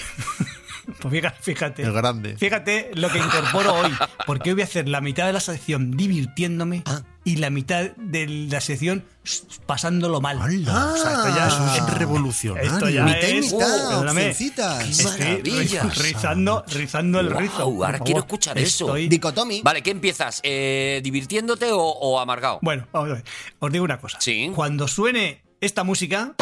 pues fíjate, fíjate,
El grande.
fíjate lo que incorporo hoy, porque hoy voy a hacer la mitad de la sección divirtiéndome
Ah.
y la mitad de la sección pasándolo mal.
¡Hala!
O sea, esto ya
Eso es
Ah.
revolucionario.
Esto ya
Mitad y
es. uh,
mitad,
perdóname.
opcioncitas.
Estoy
Maravilla.
riz- rizando, rizando el
Guau,
rizo. por
ahora
favor.
quiero escuchar eso.
Estoy-
Dicotomi.
Vale, ¿qué empiezas? Eh, ¿Divirtiéndote o, o amargado?
Bueno, vamos a ver. Os digo una cosa.
Sí.
Cuando suene esta música,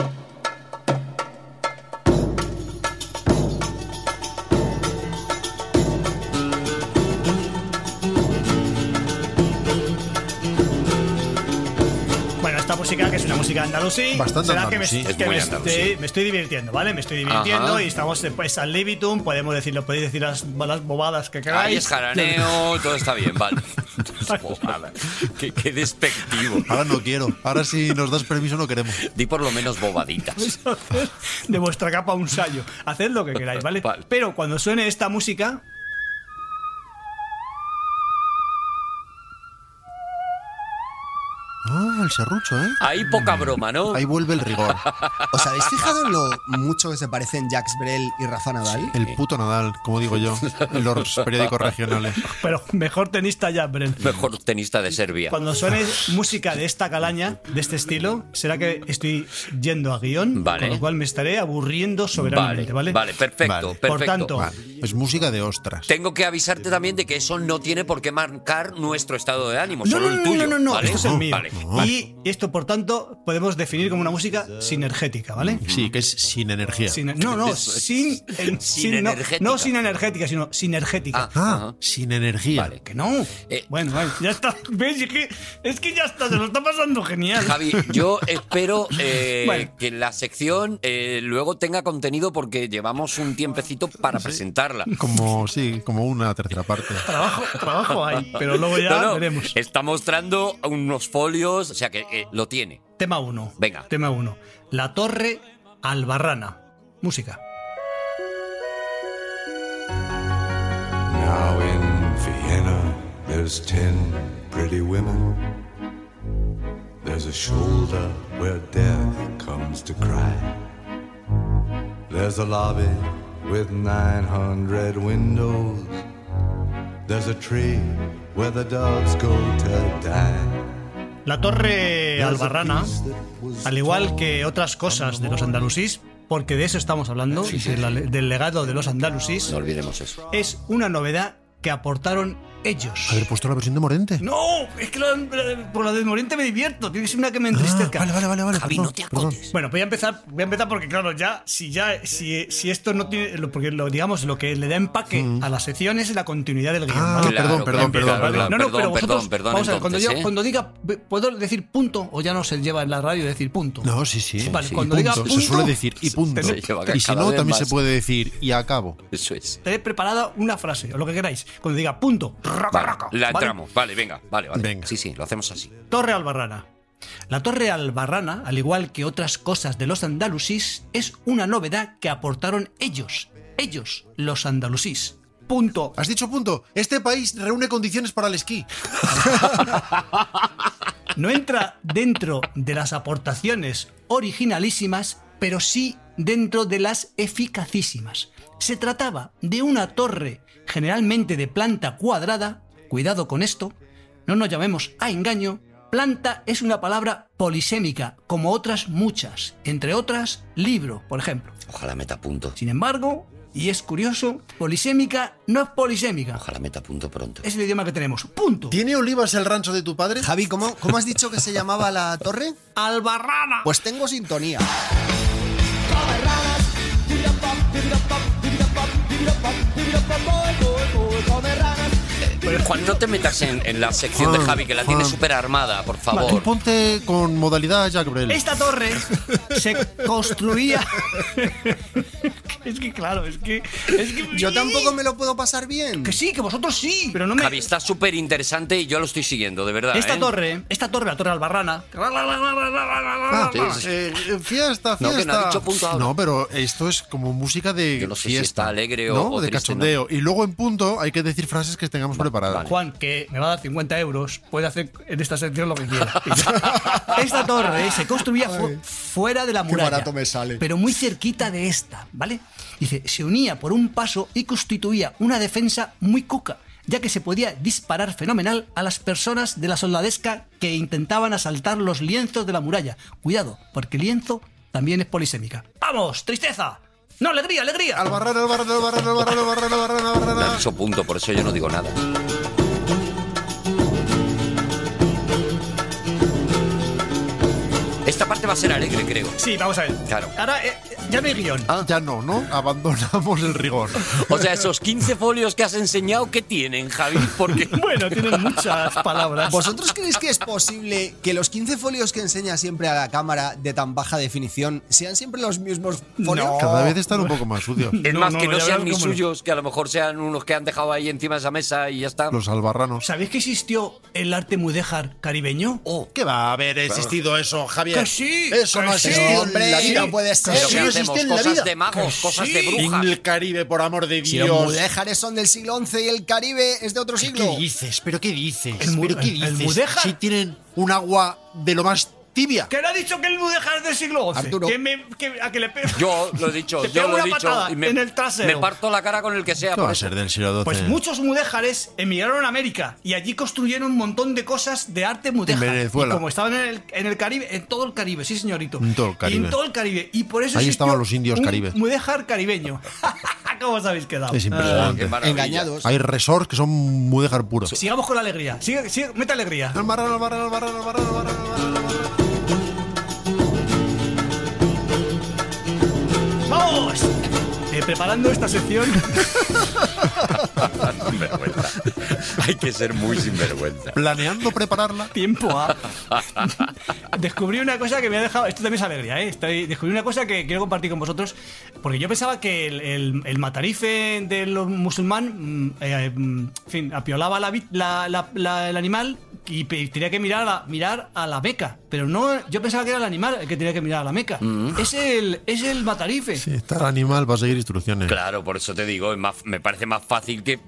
Bueno, esta música, que es una música andalusí,
Bastante
será que me,
andalusí.
que
Es muy
me
andalusí.
estoy, me estoy divirtiendo, ¿vale? Me estoy divirtiendo
Ajá.
y estamos eh, pues, al libitum, podemos decirlo, podéis decir las, las bobadas que queráis.
Ahí es jaraneo, todo está bien, vale. Bobada. Qué, qué despectivo.
Ahora no quiero. Ahora si nos das permiso no queremos.
Di por lo menos bobaditas.
Haced de vuestra capa un sallo. Haced lo que queráis, ¿vale?
Vale.
Pero cuando suene esta música.
con el serrucho, ¿eh?
Ahí poca broma, ¿no?
Ahí vuelve el rigor.
¿Os habéis fijado en lo mucho que se parecen Jacques Brel y Rafa Nadal?
El puto Nadal, como digo yo, en los periódicos regionales.
Pero mejor tenista ya, Bren.
Mejor tenista de Serbia.
Cuando suene música de esta calaña, de este estilo, será que estoy yendo a guión,
Vale.
con lo cual me estaré aburriendo soberanamente, ¿vale?
vale, perfecto,
Vale.
perfecto.
Por tanto,
Vale, Es música de ostras.
Tengo que avisarte también de que eso no tiene por qué marcar nuestro estado de ánimo, Pues solo el
no,
tuyo.
No, no, no,
¿vale?
esto es el mío.
Vale.
Y esto, por tanto, podemos definir como una música sinergética, ¿vale?
Sí, que es sin energía.
Sin- no, no,
Eso es.
sin, en-
Sin
no,
energética.
no sin energética, sino sinergética.
Ah,
Ah,
ajá.
sin energía.
Vale.
Que no.
Eh.
bueno, bueno, ya está. ¿Ves? Es que, es que ya está, se lo está pasando genial.
Javi, yo espero eh,
Bueno.
que la sección eh, luego tenga contenido porque llevamos un tiempecito para presentarla.
Como, sí, como una tercera parte.
Trabajo, trabajo hay, pero luego ya
No, no,
veremos.
Está mostrando unos folios, o sea que eh, lo tiene.
Tema 1.
Venga.
Tema 1. La Torre Albarrana. Música.
Now in Vienna, there's ten pretty women. There's a shoulder where death comes to cry. There's a lobby with 900 windows. There's a tree where the doves go to die.
La Torre
There's a
Albarrana,
piece that was
al igual que otras cosas de los andalusís, porque de eso estamos hablando, de la- del legado de los andalusís,
No olvidemos eso.
es una novedad que aportaron ellos.
Haber puesto la versión de Morente.
No, es que la- la- por la de Morente me divierto, tiene que ser una que me
Ah,
entristezca.
vale, vale, vale, vale.
Javi,
perdón,
no te
perdón.
acotes.
Bueno, voy a empezar, voy a empezar porque claro, ya si ya si, si esto no tiene lo- porque lo digamos lo que le da empaque a la sección es la continuidad del guión.
Mm. Ah,
¿vale?
perdón, perdón,
claro,
perdón,
claro,
perdón.
No, no, pero
perdón,
vosotros,
perdón, perdón,
vamos a ver, cuando,
entonces,
yo-
¿eh?
cuando diga, ¿puedo decir punto o ya no se lleva en la radio decir punto?
No, sí, sí.
Vale,
Sí,
cuando
y
diga
punto.
punto,
se suele decir y punto.
se lleva
y si
cada
no,
vez
también
más.
se puede decir y acabo.
Eso es.
Tenéis preparada una frase o lo que queráis. Cuando diga punto, raca,
Vale,
raca,
la
¿vale?
entramos. Vale, venga, vale, vale.
Venga.
Sí, sí, lo hacemos así.
Torre Albarrana. La Torre Albarrana, al igual que otras cosas de los andalusís, es una novedad que aportaron ellos, ellos, los andalusís. Punto.
Has dicho punto. Este país reúne condiciones para el esquí.
No entra dentro de las aportaciones originalísimas, pero sí dentro de las eficacísimas. Se trataba de una torre generalmente de planta cuadrada, cuidado con esto, no nos llamemos a engaño, planta es una palabra polisémica, como otras muchas, entre otras libro, por ejemplo.
Ojalá meta punto.
Sin embargo, y es curioso, polisémica no es polisémica,
Ojalá meta punto pronto.
es el idioma que tenemos, punto.
¿Tiene olivas el rancho de tu padre?
Javi, ¿cómo, ¿cómo has dicho que se llamaba la torre?
Albarrana.
Pues tengo sintonía.
Juan, no te metas en, en la sección de
Juan,
Javi, que la tiene
Juan.
súper armada, por
Tú
favor.
ponte con modalidad Jack Brel.
Esta torre se construía. es que claro, es que, es que-
Yo tampoco me lo puedo pasar bien.
Que sí, que vosotros sí, pero no me.
Javi, está súper interesante y yo lo estoy siguiendo, de verdad.
Esta
¿eh?
torre, esta torre, la torre Albarrana.
Ah,
Sí, sí.
eh, eh, fiesta, fiesta.
No, que no ha dicho punto ahora.
No, pero esto es como música de
Yo no sé si
fiesta.
está alegre o-
¿no?
o
de
triste,
cachondeo. Y luego en punto hay que decir frases que tengamos preparadas.
vale.
Juan, que me va a dar 50 euros, puede hacer en esta sección lo que quiera. Esta torre se construía fu- fuera de la muralla.
barato me sale.
Pero muy cerquita de esta, ¿vale? Dice, se unía por un paso y constituía una defensa muy cuca, ya que se podía disparar fenomenal a las personas de la soldadesca que intentaban asaltar los lienzos de la muralla. Cuidado, porque lienzo también es polisémica. ¡Vamos! ¡Tristeza! ¡No, alegría, alegría!
Albarrana, albarrana, albarrana, albarrana, albarrana, albarrana,
Me ha
albarrana.
dicho punto, por eso yo no digo nada. Esta parte va a ser alegre, creo.
Sí, vamos a ver.
Claro.
Ahora eh, ya no hay guión.
Ah, Ya no, ¿no? Abandonamos el rigor.
O sea, esos 15 folios que has enseñado, ¿qué tienen, Javi? Porque
Bueno, tienen muchas palabras.
¿Vosotros creéis que es posible que los 15 folios que enseña siempre a la cámara de tan baja definición sean siempre los mismos folios?
Cada vez están un poco más sucios.
es
No,
más
no,
que no
ya
sean
verás
mis
cómo no.
suyos, que a lo mejor sean unos que han dejado ahí encima de esa mesa y ya está.
Los albarranos.
¿Sabéis que existió el arte mudéjar caribeño?
Oh.
¿Qué va a haber existido eso, Javier?
Que sí,
Eso
que
no ha
sí,
existido en
hombre,
la
y
vida.
no puede ser.
Eso no
Pero hacemos
existe en la
cosas
vida.
de magos, cosas de brujas.
el Caribe, por amor de
Si los mudéjares son del siglo XI y el Caribe es de otro
¿Qué
siglo.
dices? ¿Pero qué dices?
El mu-
¿Pero qué
el- el
dices?
mudéjar.
Si tienen un agua de lo más tibia.
Que no ha dicho que el Mudejar es del siglo XI.
Arturo.
Que me- que- a que le pego.
Yo lo he dicho,
Te
yo
pego
lo he
una
dicho.
patada
y me,
en el trasero.
me parto la cara con el que sea.
¿Qué
por
va a
eso.
ser del siglo XII?
Pues muchos mudéjares emigraron a América y allí construyeron un montón de cosas de arte mudéjar.
En Venezuela.
Y como estaban en el, en el Caribe, en todo el Caribe, sí, señorito.
En todo el Caribe.
Y en todo el Caribe. Y por eso
Ahí
existió
estaban los indios
un
Caribe.
Mudéjar caribeño. ¿Cómo os habéis quedado?
Es
Ah, qué
impresionante.
maravilla.
Engañados.
Hay resorts que son mudéjar puros.
Ah, sigamos con la alegría. Sigue, sigue, mete alegría.
Al marrano, al marrano, al marrano, al marrano, al marrano, al marrano.
¡Vamos! Eh, preparando esta sección.
Sinvergüenza. Hay que ser muy sinvergüenza.
Planeando prepararla.
tiempo a. descubrí una cosa que me ha dejado. Esto también es alegría, ¿eh? Estoy- descubrí una cosa que quiero compartir con vosotros. Porque yo pensaba que el, el- el matarife de los musulmán, mm, eh, mm, en fin, apiolaba la, vi- la- la- la- el animal y pe- tenía que mirar a, la, mirar a la meca. Pero no, yo pensaba que era el animal el que tenía que mirar a la meca. Es, el, es el matarife.
Mm. Sí, está el Este animal, va a seguir instrucciones.
Claro, por eso te digo, es más- me parece más fácil que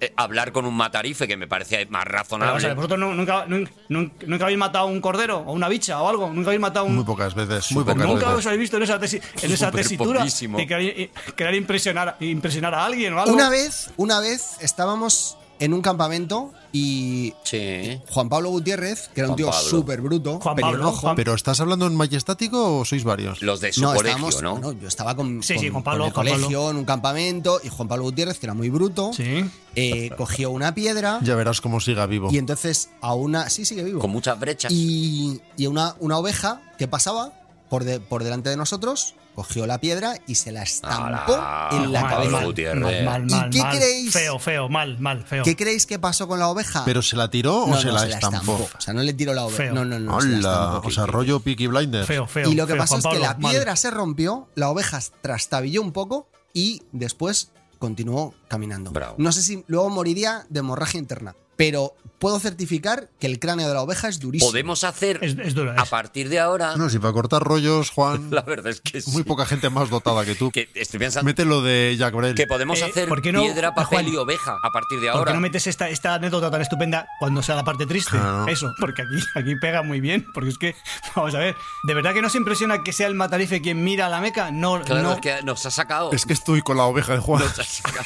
eh, hablar con un matarife, que me parece más
Pero, o sea,
razonable.
vosotros nu- nunca, nun- nun- nunca habéis matado un cordero o una bicha o algo. Nunca habéis matado un,
Muy pocas veces, muy pocas
Nunca os
veces.
habéis visto en esa, tesi- en esa
Súper
tesitura
poquísimo.
de querer, eh, querer impresionar, impresionar a alguien o algo.
Una vez, una vez estábamos en un campamento y
Sí.
Juan Pablo Gutiérrez, que era un
Juan
tío
Pablo.
súper bruto,
Juan Pablo,
pelirrojo.
Juan-
¿Pero estás hablando en majestático o sois varios?
Los de su colegio,
estábamos-
¿no?
Yo estaba con,
Sí, sí,
con-
Juan Pablo,
con el
Juan Pablo.
colegio en un campamento y Juan Pablo Gutiérrez, que era muy bruto,
Sí.
eh, cogió una piedra
Ya verás cómo siga vivo.
y entonces a una. Sí, sigue vivo.
Con muchas brechas.
Y, y una, una oveja que pasaba por, de- por delante de nosotros cogió la piedra y se la estampó
Ala,
en la
Juan Pablo
cabeza.
Gutiérrez.
Mal, mal,
¿Y
mal,
qué
mal.
creéis?
Feo, feo, mal, mal, feo.
¿Qué creéis que pasó con la oveja?
¿Pero se la tiró
No,
o se,
no,
la estampó?
O sea, no le tiró la oveja.
Feo.
No, no, no. se la
Hola,
estampó.
o sea, rollo Peaky Blinders.
Feo, feo.
y lo que
feo,
pasó
Juan
es que
Pablo,
la
mal.
piedra se rompió, la oveja trastabilló un poco y después continuó caminando.
Bravo.
No sé si luego moriría de hemorragia interna, pero puedo certificar que el cráneo de la oveja es durísimo.
Podemos hacer
Es, es dura.
a
es-
partir de ahora.
No, si para cortar rollos, Juan,
La verdad es que sí.
muy poca gente más dotada que tú.
Que estoy pensando
Mete lo de Jack Brel.
que podemos
Eh,
hacer
¿por qué no,
piedra, papel
Juan?
y oveja a partir de
¿Por qué
ahora.
no metes esta, esta anécdota tan estupenda cuando sea la parte triste?
Claro.
Eso, porque aquí, aquí pega muy bien. Porque es que, vamos a ver, ¿de verdad que no se impresiona que sea el matarife quien mira a la meca? No,
Claro,
no.
es que nos ha sacado.
Es que estoy con la oveja de Juan.
nos ha sacado.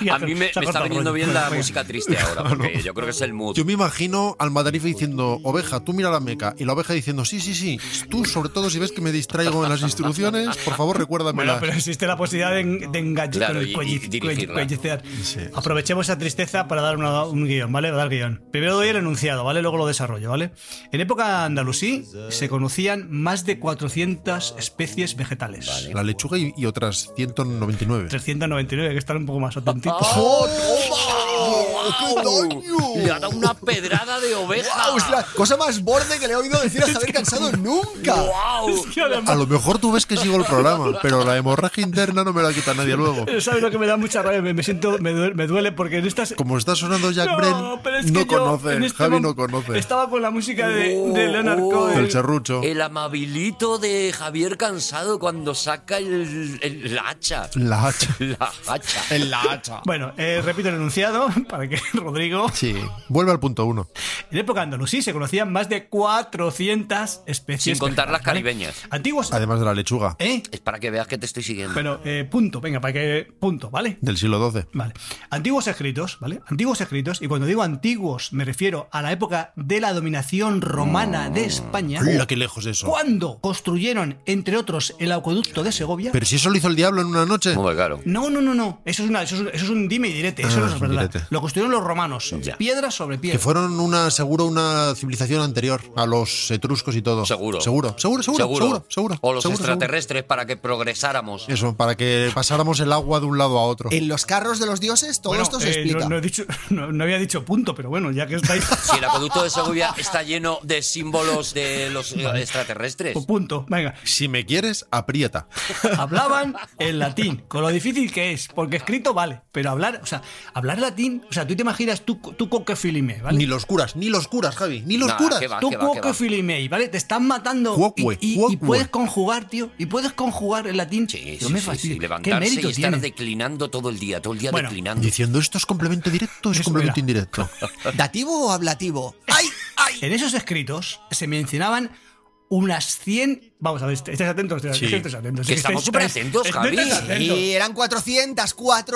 Y
A
hace-
mí me,
se ha
me está
cortado el
viniendo
rollo.
bien
Bueno, pues
la
venga.
música triste ahora, porque yo creo que es el mood.
Yo me imagino al matarife diciendo, oveja, tú mira la meca. Y la oveja diciendo, sí, sí, sí. Tú, sobre todo, si ves que me distraigo en las instrucciones, por favor,
Bueno,
recuérdamela.
pero existe la posibilidad de, en- de enganchar
Claro,
con el
y- y
cuelli-
dirigirla.
cuelli- cuellicear. Aprovechemos esa tristeza para dar una- un guión, ¿vale? Para dar guión. Primero doy el enunciado, ¿vale? Luego lo desarrollo, ¿vale? En época andalusí se conocían más de 400 especies vegetales.
La lechuga y, y otras 199.
399, que están un poco más atentitos.
Oh. Le ha dado una pedrada de oveja.
Ostras, cosa más borde que le he oído decir a Javier Cansado nunca.
¡Guau!
Y además,
A lo mejor tú ves que sigo el programa, pero la hemorragia interna no me la quita nadie luego.
¿Sabes lo que me da mucha rabia? Me, me siento, me duele, me duele porque en estas.
Como está sonando Jack
pero
Brel,
es
no
que yo
conoce,
en este
Javi
mom-
no conoce.
Estaba con la música de,
Oh,
de Leonard
oh.
Cohen.
El serrucho.
El amabilito de Javier Cansado cuando saca el, el- la hacha.
La hacha.
La hacha.
En la hacha.
Bueno, eh, repito el enunciado para que Rodrigo
Sí. Vuelve al punto uno.
En época andalusí se conocían más de 400 especies.
Sin contar las
vegetales, ¿vale?
caribeñas.
Antiguos.
Además de la lechuga.
¿Eh?
Es para que veas que te estoy siguiendo.
Bueno, eh, punto, venga, para que. Punto, ¿vale?
Del siglo XII.
Vale. Antiguos escritos, ¿vale? Antiguos escritos, y cuando digo antiguos me refiero a la época de la dominación romana de España.
Mira qué lejos eso.
Cuando construyeron, entre otros, el acueducto de Segovia.
Pero si eso lo hizo el diablo en una noche.
Muy claro.
No, no, no, no. Eso es, una, eso es, eso es un dime y direte. Eso
Ah,
no es
es un
verdad.
direte.
Lo construyeron los romanos.
Ya.
Piedra sobre piedra.
Que fueron una, seguro, una civilización anterior a los etruscos y todo.
Seguro.
Seguro, seguro, seguro, seguro, seguro.
O los
seguro,
extraterrestres para que progresáramos.
seguro. Eso, para que pasáramos el agua de un lado a otro.
En los carros de los dioses todo
Bueno,
esto se
eh,
explica.
no, no he dicho, no- no había dicho punto, pero bueno, ya que estáis.
Si el acueducto de Segovia está lleno de símbolos de los eh, extraterrestres.
Pues punto, venga.
Si me quieres, aprieta.
Hablaban en latín, con lo difícil que es, porque escrito vale, pero hablar, o sea, hablar latín, o sea, tú te imaginas tú, tú con qué filime, ¿vale?
Ni los curas, ni los curas, Javi, ni los
Nah,
curas.
qué Ah, va,
Tú
qué va, qué
cuoque
va.
filimei, ¿vale? Te están matando y-
Cuoque,
y, y
cuoque.
puedes conjugar, tío. Y puedes conjugar en latín.
Sí,
Yo
sí,
me
sí,
fastidio.
sí,
¿Qué
Levantarse
mérito
y estar
tiene?
declinando todo el día, todo el día
Bueno,
declinando.
Diciendo esto es complemento directo, es
Eso
complemento
era.
indirecto.
¿Dativo o ablativo?
¡Ay, ay! En esos escritos se mencionaban unas 100... Vamos a ver, est- estáis atentos, estáis
Sí.
estáis atentos.
Que estamos superatentos, Javi.
Y eran 400,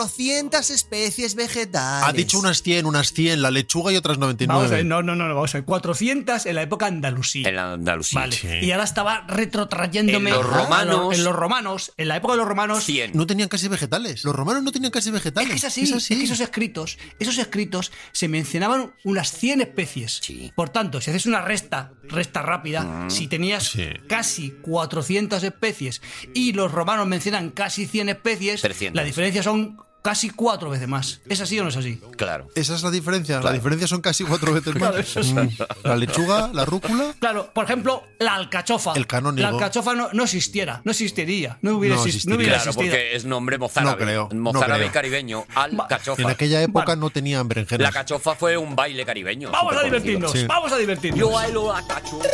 400 especies vegetales.
Ha dicho unas 100, unas 100, la lechuga y otras
Vamos a ver,
99.
no, no, no, no, vamos a ver. 400 en la época andalusí.
En la Andalucía.
Vale.
Sí.
Y ahora estaba retrotrayéndome
En los
a
romanos.
en los romanos, en la época de los romanos,
100.
No tenían casi vegetales. Los romanos no tenían casi
Es
vegetales.
que es así, es que esos escritos, esos escritos se mencionaban unas 100 especies.
Sí. Mm.
Por tanto, si haces una resta, resta rápida, si tenías
Sí.
casi 400 especies y los romanos mencionan casi 100 especies,
300.
la diferencia son casi cuatro veces más. ¿Es así o no es así?
Claro.
Esa es la diferencia. La
Claro.
diferencia son casi cuatro veces más. Mm. La lechuga, la rúcula.
Claro, por ejemplo, la alcachofa.
El canónigo.
La alcachofa no, no existiera, no existiría, no hubiera,
No
exist-
existiría.
no hubiera
Claro,
existido.
porque es nombre mozárabe.
No creo, no
Mozárabe
creo.
caribeño,
Va-
al cachofa.
En aquella época
Vale.
no tenían
La
berenjenas.
cachofa fue un baile caribeño.
Vamos a
superconocido.
divertirnos,
Sí.
vamos a divertirnos.
Yo bailo la cachofa.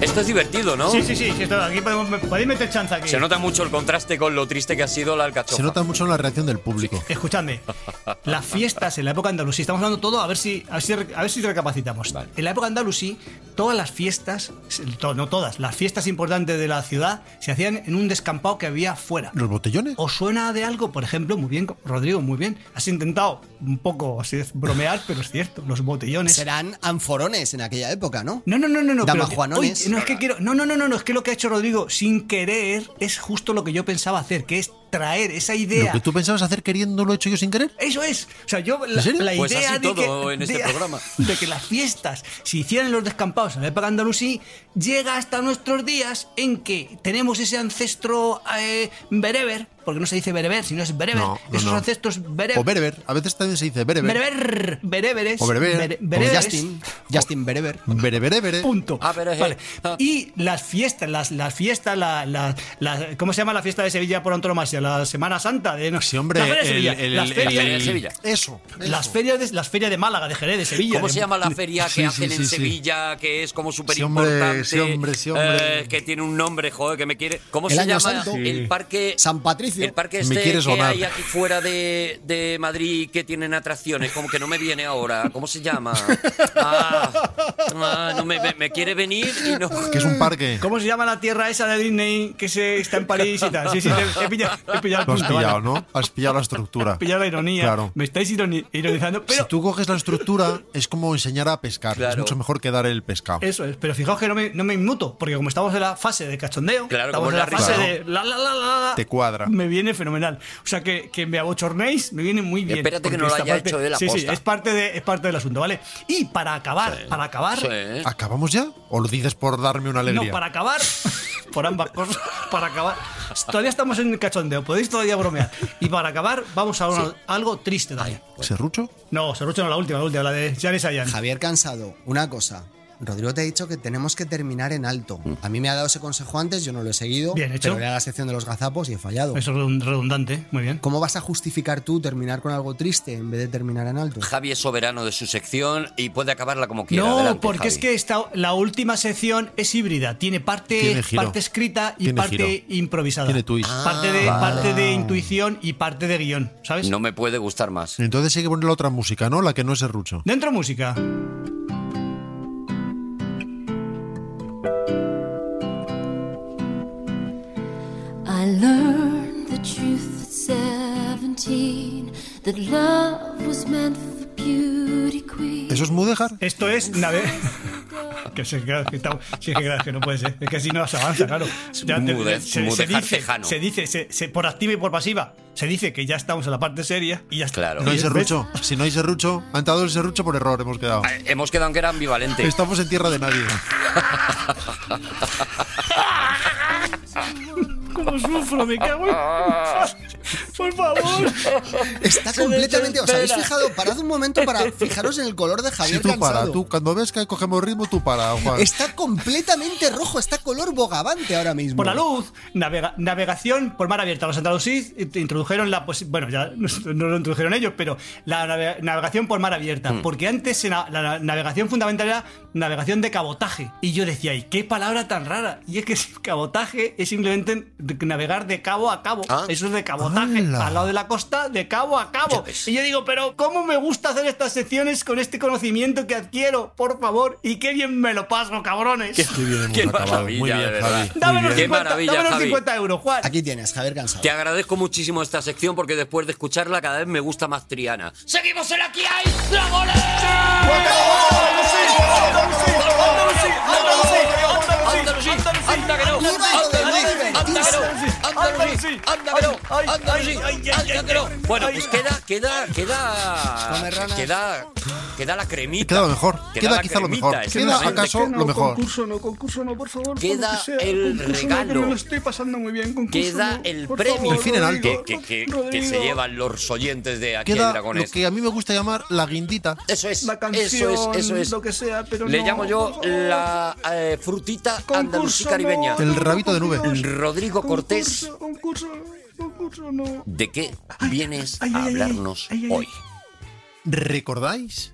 Esto es divertido, ¿no?
Sí, sí, sí, sí, está- aquí podemos, podéis meter chanza aquí.
Se nota mucho el contraste con lo triste que ha sido la alcachofa.
Se nota mucho en la reacción del público.
Escuchadme, las fiestas en la época andalusí, estamos hablando todo, a ver si, a ver si, a ver si recapacitamos. En la época andalusí, todas las fiestas, to- no todas, las fiestas importantes de la ciudad se hacían en un descampado que había fuera.
¿Los botellones?
¿Os suena de algo? Por ejemplo, muy bien, Rodrigo, muy bien. Has intentado un poco así, es bromear, pero es cierto, los botellones.
Serán anforones en aquella época, ¿no?
No, no, no, no, no. pero que-
Damajuanones.
oye, no es que quiero. No, no, no, no, no, es que lo que ha hecho Rodrigo sin querer es justo lo que yo pensaba hacer, que es traer esa idea.
Lo que tú pensabas hacer queriendo lo he hecho yo sin querer.
Eso es. O sea, yo la,
serio?
la
Pues
idea
así
de,
todo
que,
en este
de-
programa.
de que las fiestas se hicieran en los descampados en la época andalusí llega hasta nuestros días en que tenemos ese ancestro eh, bereber, porque no se dice bereber, sino es bereber,
No, no,
esos
no.
ancestros bereber.
O berber. A veces también se dice berber.
Bereber, bereberes,
O bereber.
bere-
Como
Como
bereberes,
Justin, Justin Bereber.
Bereberebere.
Punto.
Ah, pero es-
Vale.
ah.
Y las fiestas, las, las fiestas, la, la- la- ¿cómo se llama la fiesta de Sevilla por antonomasia? La Semana Santa de no
Sí, hombre.
la Feria de
el-
Sevilla,
el-
las
el-
ferias-
Feria de Sevilla.
Eso.
las
eso.
ferias de las ferias de Málaga, de Jerez, de Sevilla.
¿Cómo
de-
se llama la feria que
Sí, sí,
hacen
sí,
en
sí.
Sevilla? Que es como súper
Sí, hombre,
importante.
sí, hombre, sí, hombre.
que tiene un nombre, joder, que me quiere. ¿Cómo
El
se
Año
llama
Santo.
el parque?
San Patricio.
El parque
Me
este
quiere
que
sonar.
hay aquí fuera de, de Madrid que tienen atracciones, como que no me viene ahora. ¿Cómo se llama? Ah, ah, no me, me- me quiere venir y no.
Que es un parque.
¿Cómo se llama la tierra esa de Disney que se está en París y tal? Sí, sí, te- he pillado, he pillado el
Lo has
punto,
pillado,
Ana.
¿no? Has pillado la estructura.
He pillado la ironía.
Claro.
Me estáis ironi- ironizando, pero
si tú coges la estructura, es como enseñar a pescar. Es
Claro.
mucho mejor que dar el pescado.
eso es. Pero fijaos que no me, no me inmuto, porque como estamos en la fase de cachondeo,
Claro,
estamos
como
en la
Larry,
fase
claro.
de la la la la la,
Te cuadra.
Me viene fenomenal. O sea que, que me abochornéis, me viene muy bien.
Espérate que
porque
no lo
esta
haya hecho él a
Sí, sí,
posta.
es parte, de, es parte del asunto, ¿vale? Y para acabar, para acabar,
Sí.
¿Acabamos ya? ¿O lo dices por darme una alegría?
No, para acabar, por ambas cosas, para acabar, todavía estamos en el cachondeo, podéis todavía bromear. Y para acabar, vamos a una- algo triste también.
¿Serrucho?
No, Serrucho no, la última, la última, la de Janis Sayan.
Javier Cansado, una cosa. Rodrigo te ha dicho que tenemos que terminar en alto. A mí me ha dado ese consejo antes, yo no lo he seguido,
Bien hecho.
pero era la sección de los gazapos y he fallado.
Eso es redund- redundante, muy bien.
¿Cómo vas a justificar tú terminar con algo triste en vez de terminar en alto?
Javi es soberano de su sección y puede acabarla como quiera.
No,
Adelante,
porque
Javi.
es que esta, la última sección es híbrida. Tiene parte,
Tiene giro.
parte escrita y
Tiene
parte
giro.
improvisada.
Tiene twist.
Parte, de, parte de intuición y parte de guión, ¿sabes?
Ah, No me puede gustar más.
Entonces hay que poner la otra música, ¿no? La que no es serrucho.
Dentro música.
I learned the truth at 17 that love was meant for beauty queens.
¿Eso es mudéjar?
Esto es nave. Que se que está- sí, que claro, que no puede ser. Es que así no se avanza, claro. te-
mude- mudejar
dice,
tejano.
se dice se- se- por activa y por pasiva, se dice que ya estamos en la parte seria y ya está.
Claro.
No hay
¿Ves?
serrucho. Si no hay serrucho, ha entrado el serrucho por error, hemos quedado.
Eh, Hemos quedado en que era ambivalente.
Estamos en tierra de nadie.
¿Cómo sufro? Me cago en... Por favor.
Está
Se
completamente. ¿Os habéis
desespera.
fijado? Parad un momento para fijaros en el color de
Si
Javier
tú para,
cansado.
tú cuando ves que cogemos ritmo, tú para, Juan.
Este
Está completamente rojo, está color bogavante ahora mismo.
Por la luz, navega- navegación por mar abierta. Los andalusís int- introdujeron la posi- bueno, ya no lo introdujeron ellos, pero la nave- navegación por mar abierta,
Hmm.
porque antes se na- la, na- navegación fundamental era navegación de cabotaje. Y yo decía, ¿y qué palabra tan rara? Y es que si cabotaje es simplemente de- navegar de cabo a cabo.
Ah.
Eso es de cabotaje,
¡Hala!
al lado de la costa, de cabo a
Ya
cabo.
ves.
Y yo digo, pero ¿cómo me gusta hacer estas secciones con este conocimiento que adquiero? Por favor, y qué bien me lo paso, cabrones.
Qué bien hemos
Qué
acabado.
maravilla,
Muy bien,
de verdad.
Javi. muy
Dame los
bien.
Qué
50,
maravilla,
dame los
Javi.
50 euros, Juan.
Aquí tienes, Javier cansado.
Te agradezco muchísimo esta sección porque después de escucharla cada vez me gusta más Triana. ¡Seguimos en Aquí hay Dragones! Andalusí, anda que no, Andalusí, Andalusí, anda que no, Andalusí, anda que no. Bueno, pues queda, queda, queda,
Comerranas.
queda, queda la cremita.
Queda lo mejor. Queda
la
quizá lo
cremita,
mejor. Queda
exactamente.
acaso lo mejor.
no, concurso no, por favor.
Queda
por lo que sea,
el
concurso no, que
regalo.
me lo estoy pasando muy bien. concurso
Queda
no,
el
por
premio
favor,
El fin en alto.
Rodrigo,
que, que- que- que se
Rodrigo,
llevan los oyentes de Aquí hay
Queda lo
Dragones.
que a mí me gusta llamar la guindita.
Eso es,
La canción,
eso es, eso es.
lo que sea, pero
Le
no,
llamo yo
por favor.
la eh, frutita
Concurso
andalusí
no,
caribeña.
El rabito de nube.
concurso,
Rodrigo Cortés,
Concurso, concurso, concurso no.
¿de qué vienes
ay,
a
ay, ay,
hablarnos
ay, ay,
hoy?
¿Recordáis?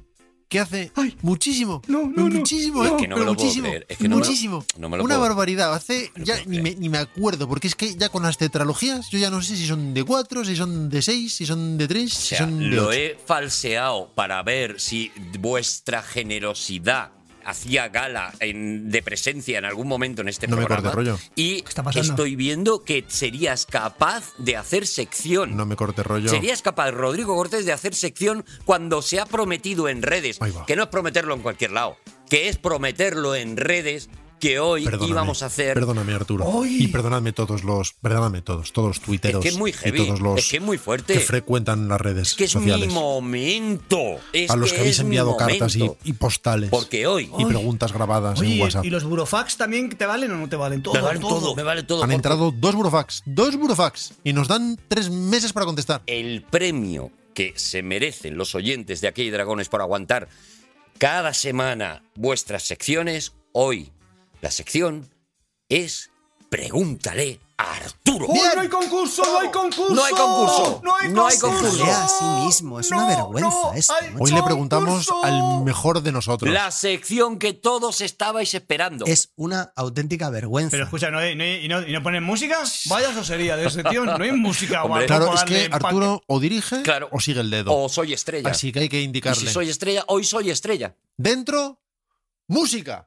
Que hace
Ay.
muchísimo.
No, no, no.
muchísimo,
Es
¿eh?
que no me
Pero
lo puedo
muchísimo.
creer, es que no me lo-
muchísimo.
no me lo
Una
puedo-
barbaridad. Hace.
me lo
ya
puedo
ni, me,
creer.
ni me acuerdo, porque es que ya con las tetralogías, yo ya no sé si son de cuatro, si son de seis, si son de tres,
O
si
sea,
son de
lo
ocho.
he falseado para ver si vuestra generosidad hacía gala en- de presencia en algún momento en este
No me
programa.
cortes rollo.
Y
está pasando?
estoy viendo que serías capaz de hacer sección.
No me corte rollo.
¿Serías capaz, Rodrigo Cortés, de hacer sección cuando se ha prometido en redes?
Ahí va.
Que no es prometerlo en cualquier lado, que es prometerlo en redes que hoy
Perdóname,
íbamos a hacer.
Perdóname, Arturo.
Hoy.
Y perdonadme todos los. Perdóname todos, todos los
es
tuiteros.
que es muy
y
heavy,
todos los
es que es muy fuerte.
que frecuentan las redes
es que es
sociales.
mi momento. Es
a los que, habéis
es mi
enviado cartas y,
momento.
y postales.
Porque hoy
y preguntas grabadas en
Oye,
WhatsApp.
¿y los burofax también te valen o no te valen? Todo,
me vale todo, me vale todo.
Han
porque
entrado dos burofax, dos burofax, y nos dan tres meses para contestar.
El premio que se merecen los oyentes de Aquí hay Dragones por aguantar cada semana vuestras secciones, hoy la sección es Pregúntale a Arturo.
¡Uy, no hay concurso! ¡No hay concurso!
No hay concurso,
¡No hay
no hay
concurso!
concurso.
a sí mismo, es una
No,
vergüenza
no,
esto. ¿eh?
hay-
Hoy le
¡Concurso!
preguntamos al mejor de nosotros.
La sección que todos estabais esperando.
Es una auténtica vergüenza.
Pero escucha, ¿no hay- no hay- y, no, ¿y no ponen música? Vaya sosería de ese tío, no hay música.
Hombre,
guapo,
claro,
para
es que
darle empaque.
Arturo o dirige
Claro.
o sigue el dedo.
O soy estrella.
Así que hay que
Y
indicarle.
si soy estrella, hoy soy estrella.
Dentro, música.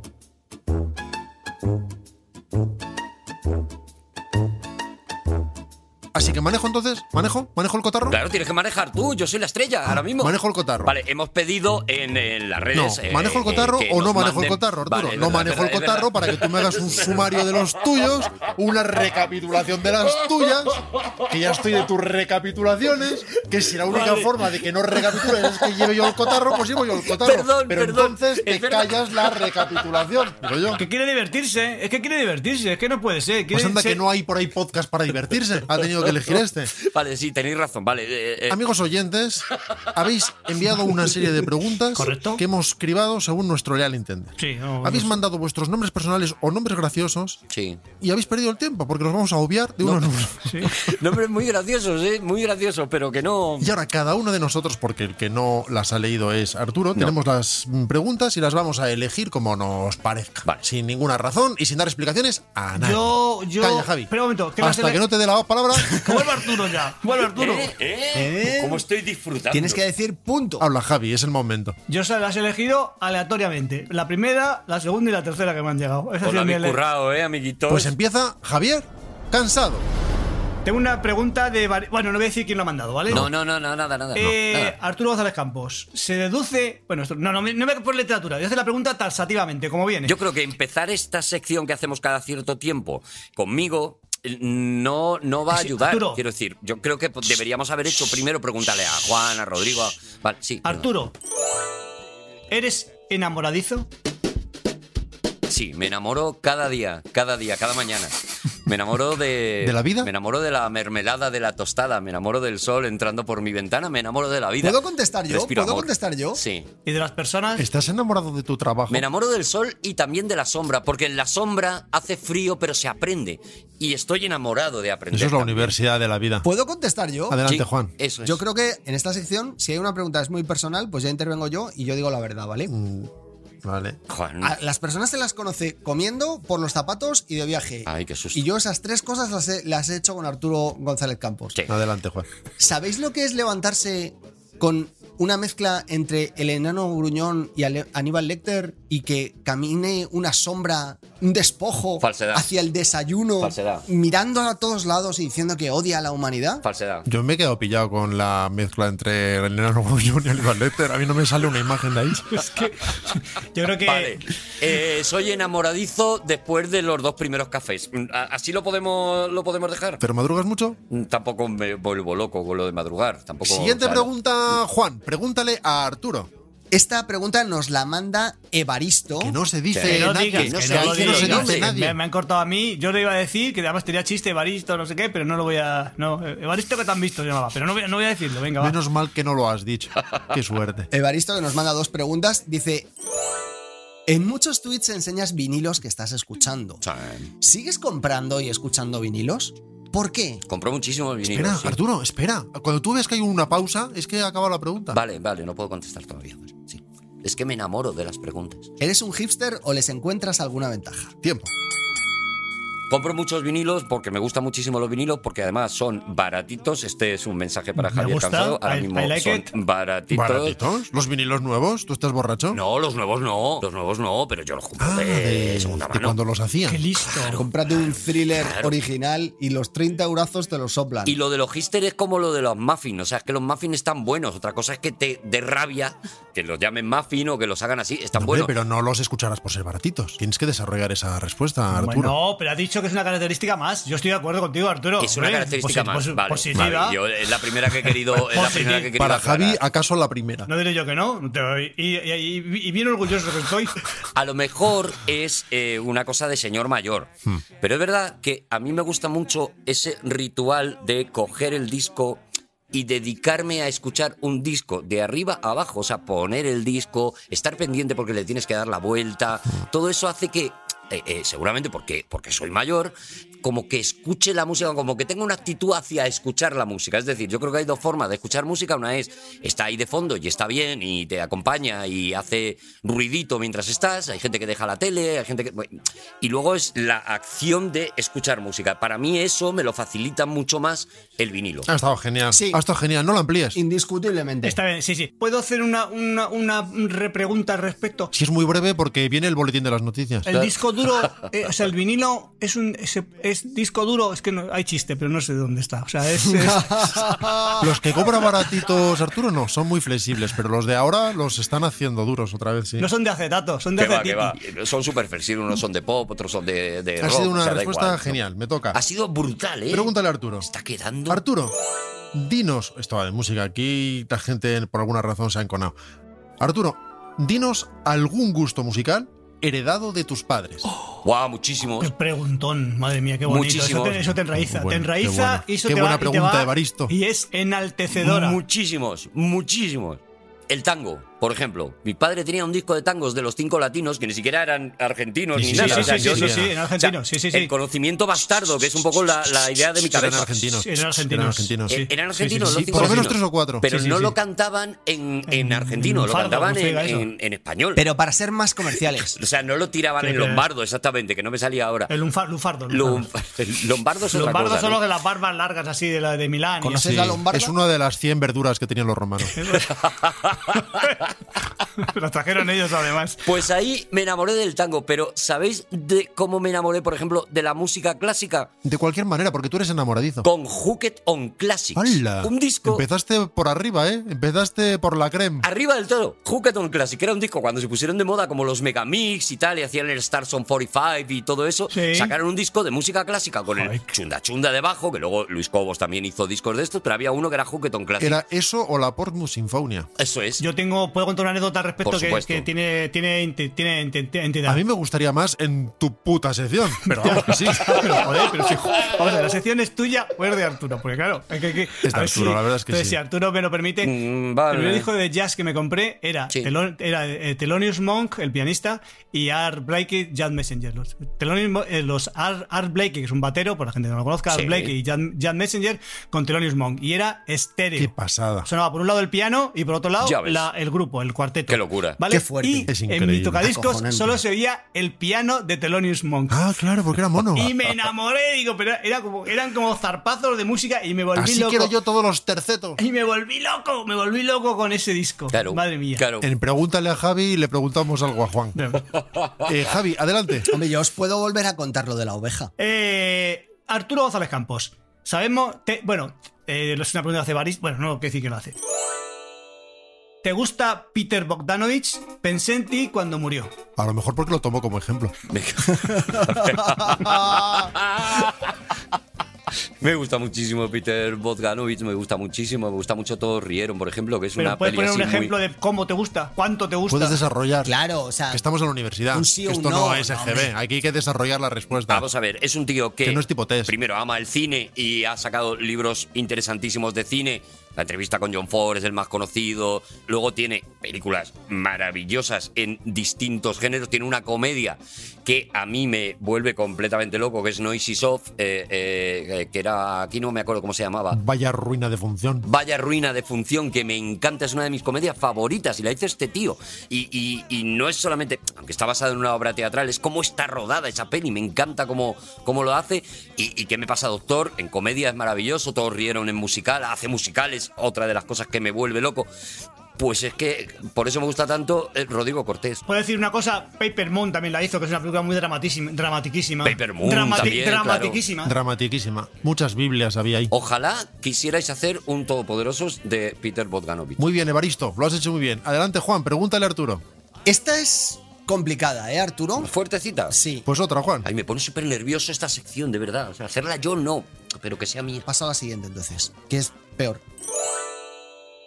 Así que manejo entonces, manejo, manejo el cotarro.
Claro, tienes que manejar tú, yo soy la estrella ahora mismo.
Ah, Manejo el cotarro.
Vale, hemos pedido en, eh, las redes.
No,
eh,
manejo el
que-
cotarro
que
o no
nos
manejo el
manden-
cotarro, Arturo.
Vale, es
no
verdad,
manejo
es verdad,
el
es
cotarro
verdad.
para que tú me hagas un sumario de los tuyos, una recapitulación de las tuyas, que ya estoy de tus recapitulaciones, que si la única forma de que no recapitules es que lleve yo el cotarro, pues llevo yo el cotarro.
Perdón,
Pero
perdón,
entonces te
es verdad.
callas la recapitulación. Digo yo.
Que quiere divertirse, es que quiere divertirse, es que no puede ser.
Pues
quiere
anda que
ser-
no hay por ahí podcast para divertirse. Ha tenido que elegir este.
Vale, sí, tenéis razón. Vale, eh, eh,
Amigos oyentes, habéis enviado una serie de preguntas
Correcto.
que hemos cribado según nuestro leal entender.
Sí, no,
Habéis
no sé.
mandado vuestros nombres personales o nombres graciosos
sí.
y habéis perdido el tiempo porque los vamos a obviar de uno en uno.
Nombres muy graciosos, ¿eh? Muy graciosos, pero que no.
Y ahora cada uno de nosotros, porque el que no las ha leído es Arturo, tenemos las mm, preguntas y las vamos a elegir como nos parezca.
Vale.
Sin ninguna razón y sin dar explicaciones a nadie.
Yo, yo.
Calla, Javi.
Espera un momento, que
Hasta que no te dé la palabra,
Que vuelva Arturo ya, vuelva Arturo.
¿Eh? ¿Eh? ¿Cómo estoy disfrutando?
Tienes que decir punto.
habla Javi, es el momento.
Yo se las he elegido aleatoriamente. La primera, la segunda y la tercera que me han llegado. Esa
Os
sí
lo
es mi
habéis
ele-
currado, ¿eh, amiguitos?
Pues empieza Javier, cansado.
Tengo una pregunta de. vari- Bueno, no voy a decir quién lo ha mandado, ¿vale?
No, no, no, no, nada, nada. no,
Eh,
nada.
Arturo González Campos, se deduce. Bueno, esto, no, no, me- no me por literatura, yo hace la pregunta taxativamente, como viene.
Yo creo que empezar esta sección que hacemos cada cierto tiempo conmigo eh, no, no va a
Sí,
ayudar.
Arturo.
Quiero decir, yo creo que pues, deberíamos haber hecho primero pregúntale a Juan, a Rodrigo. a- Vale, sí. perdón.
Arturo, ¿eres enamoradizo?
Sí, me enamoro cada día, cada día, cada mañana. Me enamoro de.
¿De la vida?
Me enamoro de la mermelada de la tostada. Me enamoro del sol entrando por mi ventana. Me enamoro de la vida.
¿Puedo contestar yo?
Respiro
¿Puedo
amor.
contestar yo?
Sí.
¿Y de las personas?
¿Estás enamorado de tu trabajo?
Me enamoro del sol y también de la sombra, porque en la sombra hace frío, pero se aprende. Y estoy enamorado de aprender.
Eso es la
también.
universidad de la vida.
¿Puedo contestar yo?
Adelante,
Sí,
Juan.
Eso es.
Yo creo que en esta sección, si hay una pregunta que es muy personal, pues ya intervengo yo y yo digo la verdad, ¿vale?
Mm. Vale.
Juan.
A- las personas se las conoce comiendo, por los zapatos y de viaje.
Ay, qué susto.
Y yo esas tres cosas las he, las he hecho con Arturo González Campos.
Sí.
Adelante, Juan.
¿Sabéis lo que es levantarse con una mezcla entre el enano gruñón y Ale- Aníbal Lecter y que camine una sombra, un despojo
Falsedad.
hacia el desayuno,
Falsedad.
mirando a todos lados y diciendo que odia a la humanidad?
Falsedad.
Yo me he quedado pillado con la mezcla entre el enano gruñón y el Lecter. A mí no me sale una imagen de ahí.
Yo creo que.
Vale. Eh, soy enamoradizo después de los dos primeros cafés. Mm, a- ¿Así lo podemos, lo podemos dejar?
¿Pero madrugas mucho?
Mm, Tampoco me vuelvo loco con lo de madrugar. Tampoco,
Siguiente
o sea,
pregunta, Juan. Pregúntale a Arturo.
Esta pregunta nos la manda Evaristo.
Que no se dice
Eh,
Que no
nadie.
digas, que
se-
no lo
aquí no se
digas.
dice
Sí,
nadie.
Me, me han cortado a mí, yo le iba a decir que además tenía chiste, Evaristo, no sé qué, pero no lo voy a. No, eh, Evaristo que te han visto se llamaba, pero no voy, a- no voy a decirlo, venga, va.
Menos mal que no lo has dicho. Qué suerte.
Evaristo que nos manda dos preguntas, dice... En muchos tweets enseñas vinilos que estás escuchando.
Chan.
¿Sigues comprando y escuchando vinilos? ¿Por qué?
Compró muchísimo vinilo.
Espera,
sí.
Arturo, espera. Cuando tú ves que hay una pausa, es que ha acabado la pregunta.
Vale, vale, no puedo contestar todavía. Vale, sí. Es que me enamoro de las preguntas.
¿Eres un hipster o les encuentras alguna ventaja?
Tiempo.
Compro muchos vinilos porque me gustan muchísimo los vinilos, porque además son baratitos. Este es un mensaje para
Me
Javier
gusta,
Cansado. Ahora
I-
mismo
I like
son
it.
baratitos.
¿Baratitos? ¿Los vinilos nuevos? ¿Tú estás borracho?
No, los nuevos no. Los nuevos no, pero yo los compro
Ah,
de
de,
segunda
de
mano.
cuando los hacían.
Qué listo.
Comprate un thriller original y los 30 eurazos te los soplan.
Y lo de los hipster es como lo de los muffins. O sea, es que los muffins están buenos. Otra cosa es que te dé rabia que los llamen muffin o que los hagan así. Están
Hombre,
buenos.
pero no los escucharás por ser baratitos. Tienes que desarrollar esa respuesta, Arturo.
Bueno, no, pero ha dicho que es una característica más. Yo estoy de acuerdo contigo, Arturo.
Es una
Hombre,
característica
posi-
más.
posi-
Vale,
positiva.
vale, yo es la primera que he querido. es la primera que he querido
Para Javi, ah.
aclarar.
¿acaso la primera?
No diré yo que no. te- Y, y- y- y bien orgulloso que estoy.
A lo mejor es eh, una cosa de señor mayor.
Hmm.
Pero es verdad que a mí me gusta mucho ese ritual de coger el disco y dedicarme a escuchar un disco de arriba a abajo. O sea, poner el disco, estar pendiente porque le tienes que dar la vuelta.
Hmm.
Todo eso hace que. eh, eh, seguramente porque, porque soy mayor, como que escuche la música, como que tenga una actitud hacia escuchar la música. Es decir, yo creo que hay dos formas de escuchar música. Una es, está ahí de fondo y está bien y te acompaña y hace ruidito mientras estás. Hay gente que deja la tele, hay gente que... bueno, Y luego es la acción de escuchar música. Para mí eso me lo facilita mucho más el vinilo.
Ha estado genial.
Sí.
Ha estado genial. No lo amplíes.
Indiscutiblemente.
Está bien, sí, sí. ¿Puedo hacer una, una, una repregunta al respecto?
Si es muy breve, porque viene el boletín de las noticias.
El disco duro, eh, o sea, el vinilo es un es, es disco duro, es que no, hay chiste, pero no sé dónde está. O sea, es, es-
Los que cobra baratitos, Arturo, no, son muy flexibles, pero los de ahora los están haciendo duros otra vez, sí.
no son de acetato, son de
Que va, que
acetito.
va. Son súper flexibles, unos son de pop, otros son de, de
ha
rock,
sido
o
una
sea, da
respuesta
igual. Ah,
genial, me toca.
Ha sido brutal, ¿eh?
Pregúntale a Arturo.
Está quedando...
Arturo, dinos. Esto va de música, aquí la gente por alguna razón se ha enconado. Arturo, dinos algún gusto musical heredado de tus padres.
Oh,
¡Guau! muchísimos.
Qué preguntón, madre mía, qué bonito. Eso
Muchísimo.
te, eso te enraiza,
Bueno,
te
qué
enraiza
bueno.
y eso
Qué
te
buena
va, y te
pregunta,
va-
Evaristo.
Y es enaltecedora.
Muchísimos, muchísimos. El tango, por ejemplo. Mi padre tenía un disco de tangos de los cinco latinos que ni siquiera eran argentinos
Sí,
ni
sí,
nada.
sí,
O sea,
sí,
yo
sí,
no-
sí, sí,
en argentino, sí, sí, sí.
El conocimiento bastardo, que es un poco la, la idea de mi
Eran
cabeza.
argentinos.
Sí, eran argentinos.
Eran argentinos.
Eh,
sí.
Eran
Sí, sí,
argentinos
sí,
los
sí.
cinco
Por lo menos
latinos,
tres o cuatro.
Pero
Sí, sí,
no
sí.
lo cantaban en, en
En-
argentino,
en
lo
fardo,
cantaban
como se
en,
diga eso.
en- en español.
Pero para ser más comerciales.
o sea, no lo tiraban
Sí,
en
pero-
lombardo, exactamente, que no me salía ahora.
El lunfa- lunfardo.
Lom-
lunfardo.
lombardo es otra
Lombardo
cosa,
son
¿no?
los de las barbas largas así de la de Milán. y
Conoce-
así.
la lombarda?
Es una de las 100 verduras que tenían los romanos.
Las trajeron ellos además.
Pues ahí me enamoré del tango, pero ¿sabéis de cómo me enamoré, por ejemplo, de la música clásica?
De cualquier manera, porque tú eres enamoradizo.
Con Hooked on Classics.
¡Hala!
Un disco Ah,
Empezaste por arriba, ¿eh? Empezaste por la creme.
arriba del todo. Hooked on Classic era un disco cuando se pusieron de moda como los Megamix y tal, y hacían el Stars on 45 y todo eso.
Sí.
Sacaron un disco de música clásica con el
Joder.
chunda chunda debajo, que luego Luis Cobos también hizo discos de estos, pero había uno que era Hooked on Classic.
Era eso o la Portmus Sinfonia.
Eso es.
Yo tengo, puedo contar una anécdota al respecto
Por
que,
supuesto.
que tiene, tiene, int- tiene int- int- entidad.
A mí me gustaría más en tu puta sección. Pero vamos que sí.
Ah, pero joder, pero si. Vamos a ver, la sección es tuya o es de Arturo, porque claro, hay que. hay que-
Es de
a ver
Arturo,
si-
la verdad es que
entonces,
sí.
si Arturo me lo permite.
Mm,
El
vale.
primer disco de jazz que me compré era,
Sí.
Telo- era eh, Thelonious Monk, el pianista, y Art Blakey, Jazz Messenger. Los, Thelonious Mo- eh, los Art, Art Blakey, que es un batero, por la gente que no lo conozca,
Sí.
Art Blakey y Jazz, Jazz Messenger, con Thelonious Monk. Y era estéreo.
Qué pasada.
Sonaba por un lado el piano y por otro lado
Ya ves.
la- el grupo, el cuarteto.
Qué locura.
¿Vale?
Qué fuerte.
Y
Es
en mi
increíble.
tocadiscos
Acojonante.
solo se oía el piano de Thelonious Monk.
Ah, claro, porque era mono.
Y me enamoré, digo, pero era como, eran como zarpazos de música y me volví
Así
loco.
quiero yo todos los tercetos.
Y me volví loco, me volví loco con ese disco.
Claro.
Madre mía.
Claro.
En Pregúntale a Javi le preguntamos algo a Juan. Eh, Javi, adelante.
Hombre, yo os puedo volver a contar lo de la oveja.
Eh, Arturo González Campos. Sabemos. te- bueno, eh, es una pregunta que hace Baris. Bueno, no, que decir que lo hace. ¿Te gusta Peter Bogdanovich? Pensé en ti cuando murió.
A lo mejor porque lo tomo como ejemplo.
Me gusta muchísimo Peter Bogdanovich, me gusta muchísimo, me gusta mucho Todos rieron, por ejemplo, que es
Pero
una
puedes
peli
poner un
así muy-
ejemplo de cómo te gusta, cuánto te gusta.
Puedes desarrollar.
Claro, o sea,
Que estamos en la universidad.
Un sí o
Que
un
Esto no,
no,
es
no,
EGB. Aquí hay que desarrollar la respuesta.
Vamos a ver, es un tío que,
Que no es tipo test.
primero ama el cine y ha sacado libros interesantísimos de cine. La entrevista con John Ford es el más conocido. Luego tiene películas maravillosas en distintos géneros. Tiene una comedia que a mí me vuelve completamente loco, que es Noisy Soft, eh, eh, eh, que era, aquí no me acuerdo cómo se llamaba.
Vaya ruina de función.
Vaya ruina de función que me encanta, es una de mis comedias favoritas y la hizo este tío. Y, y- y no es solamente, aunque está basada en una obra teatral, es cómo está rodada esa peli, me encanta cómo, cómo lo hace. Y, y qué me pasa, doctor, en comedia es maravilloso, todos rieron en musical, hace musicales, otra de las cosas que me vuelve loco. Pues es que por eso me gusta tanto eh, Rodrigo Cortés.
Puedo decir una cosa, Paper Moon también la hizo, que es una película muy dramatiquísima. dramatiquísima.
Paper Moon también, claro.
dramatiquísima.
Dramatiquísima. Muchas Biblias había ahí.
Ojalá quisierais hacer un Todopoderosos de Peter Bogdanovich.
Muy bien, Evaristo. Lo has hecho muy bien. Adelante, Juan. Pregúntale a Arturo.
esta es complicada, ¿eh, Arturo?
Fuertecita.
Sí.
Pues otra, Juan.
Ay, me pone súper nervioso esta sección, de verdad. O sea, hacerla yo no, pero que sea mía.
Pasa a la siguiente entonces, que es peor.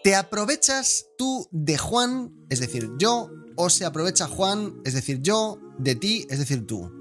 ¿Te aprovechas tú de Juan, es decir, yo, o se aprovecha Juan, es decir, yo, de ti, es decir, tú?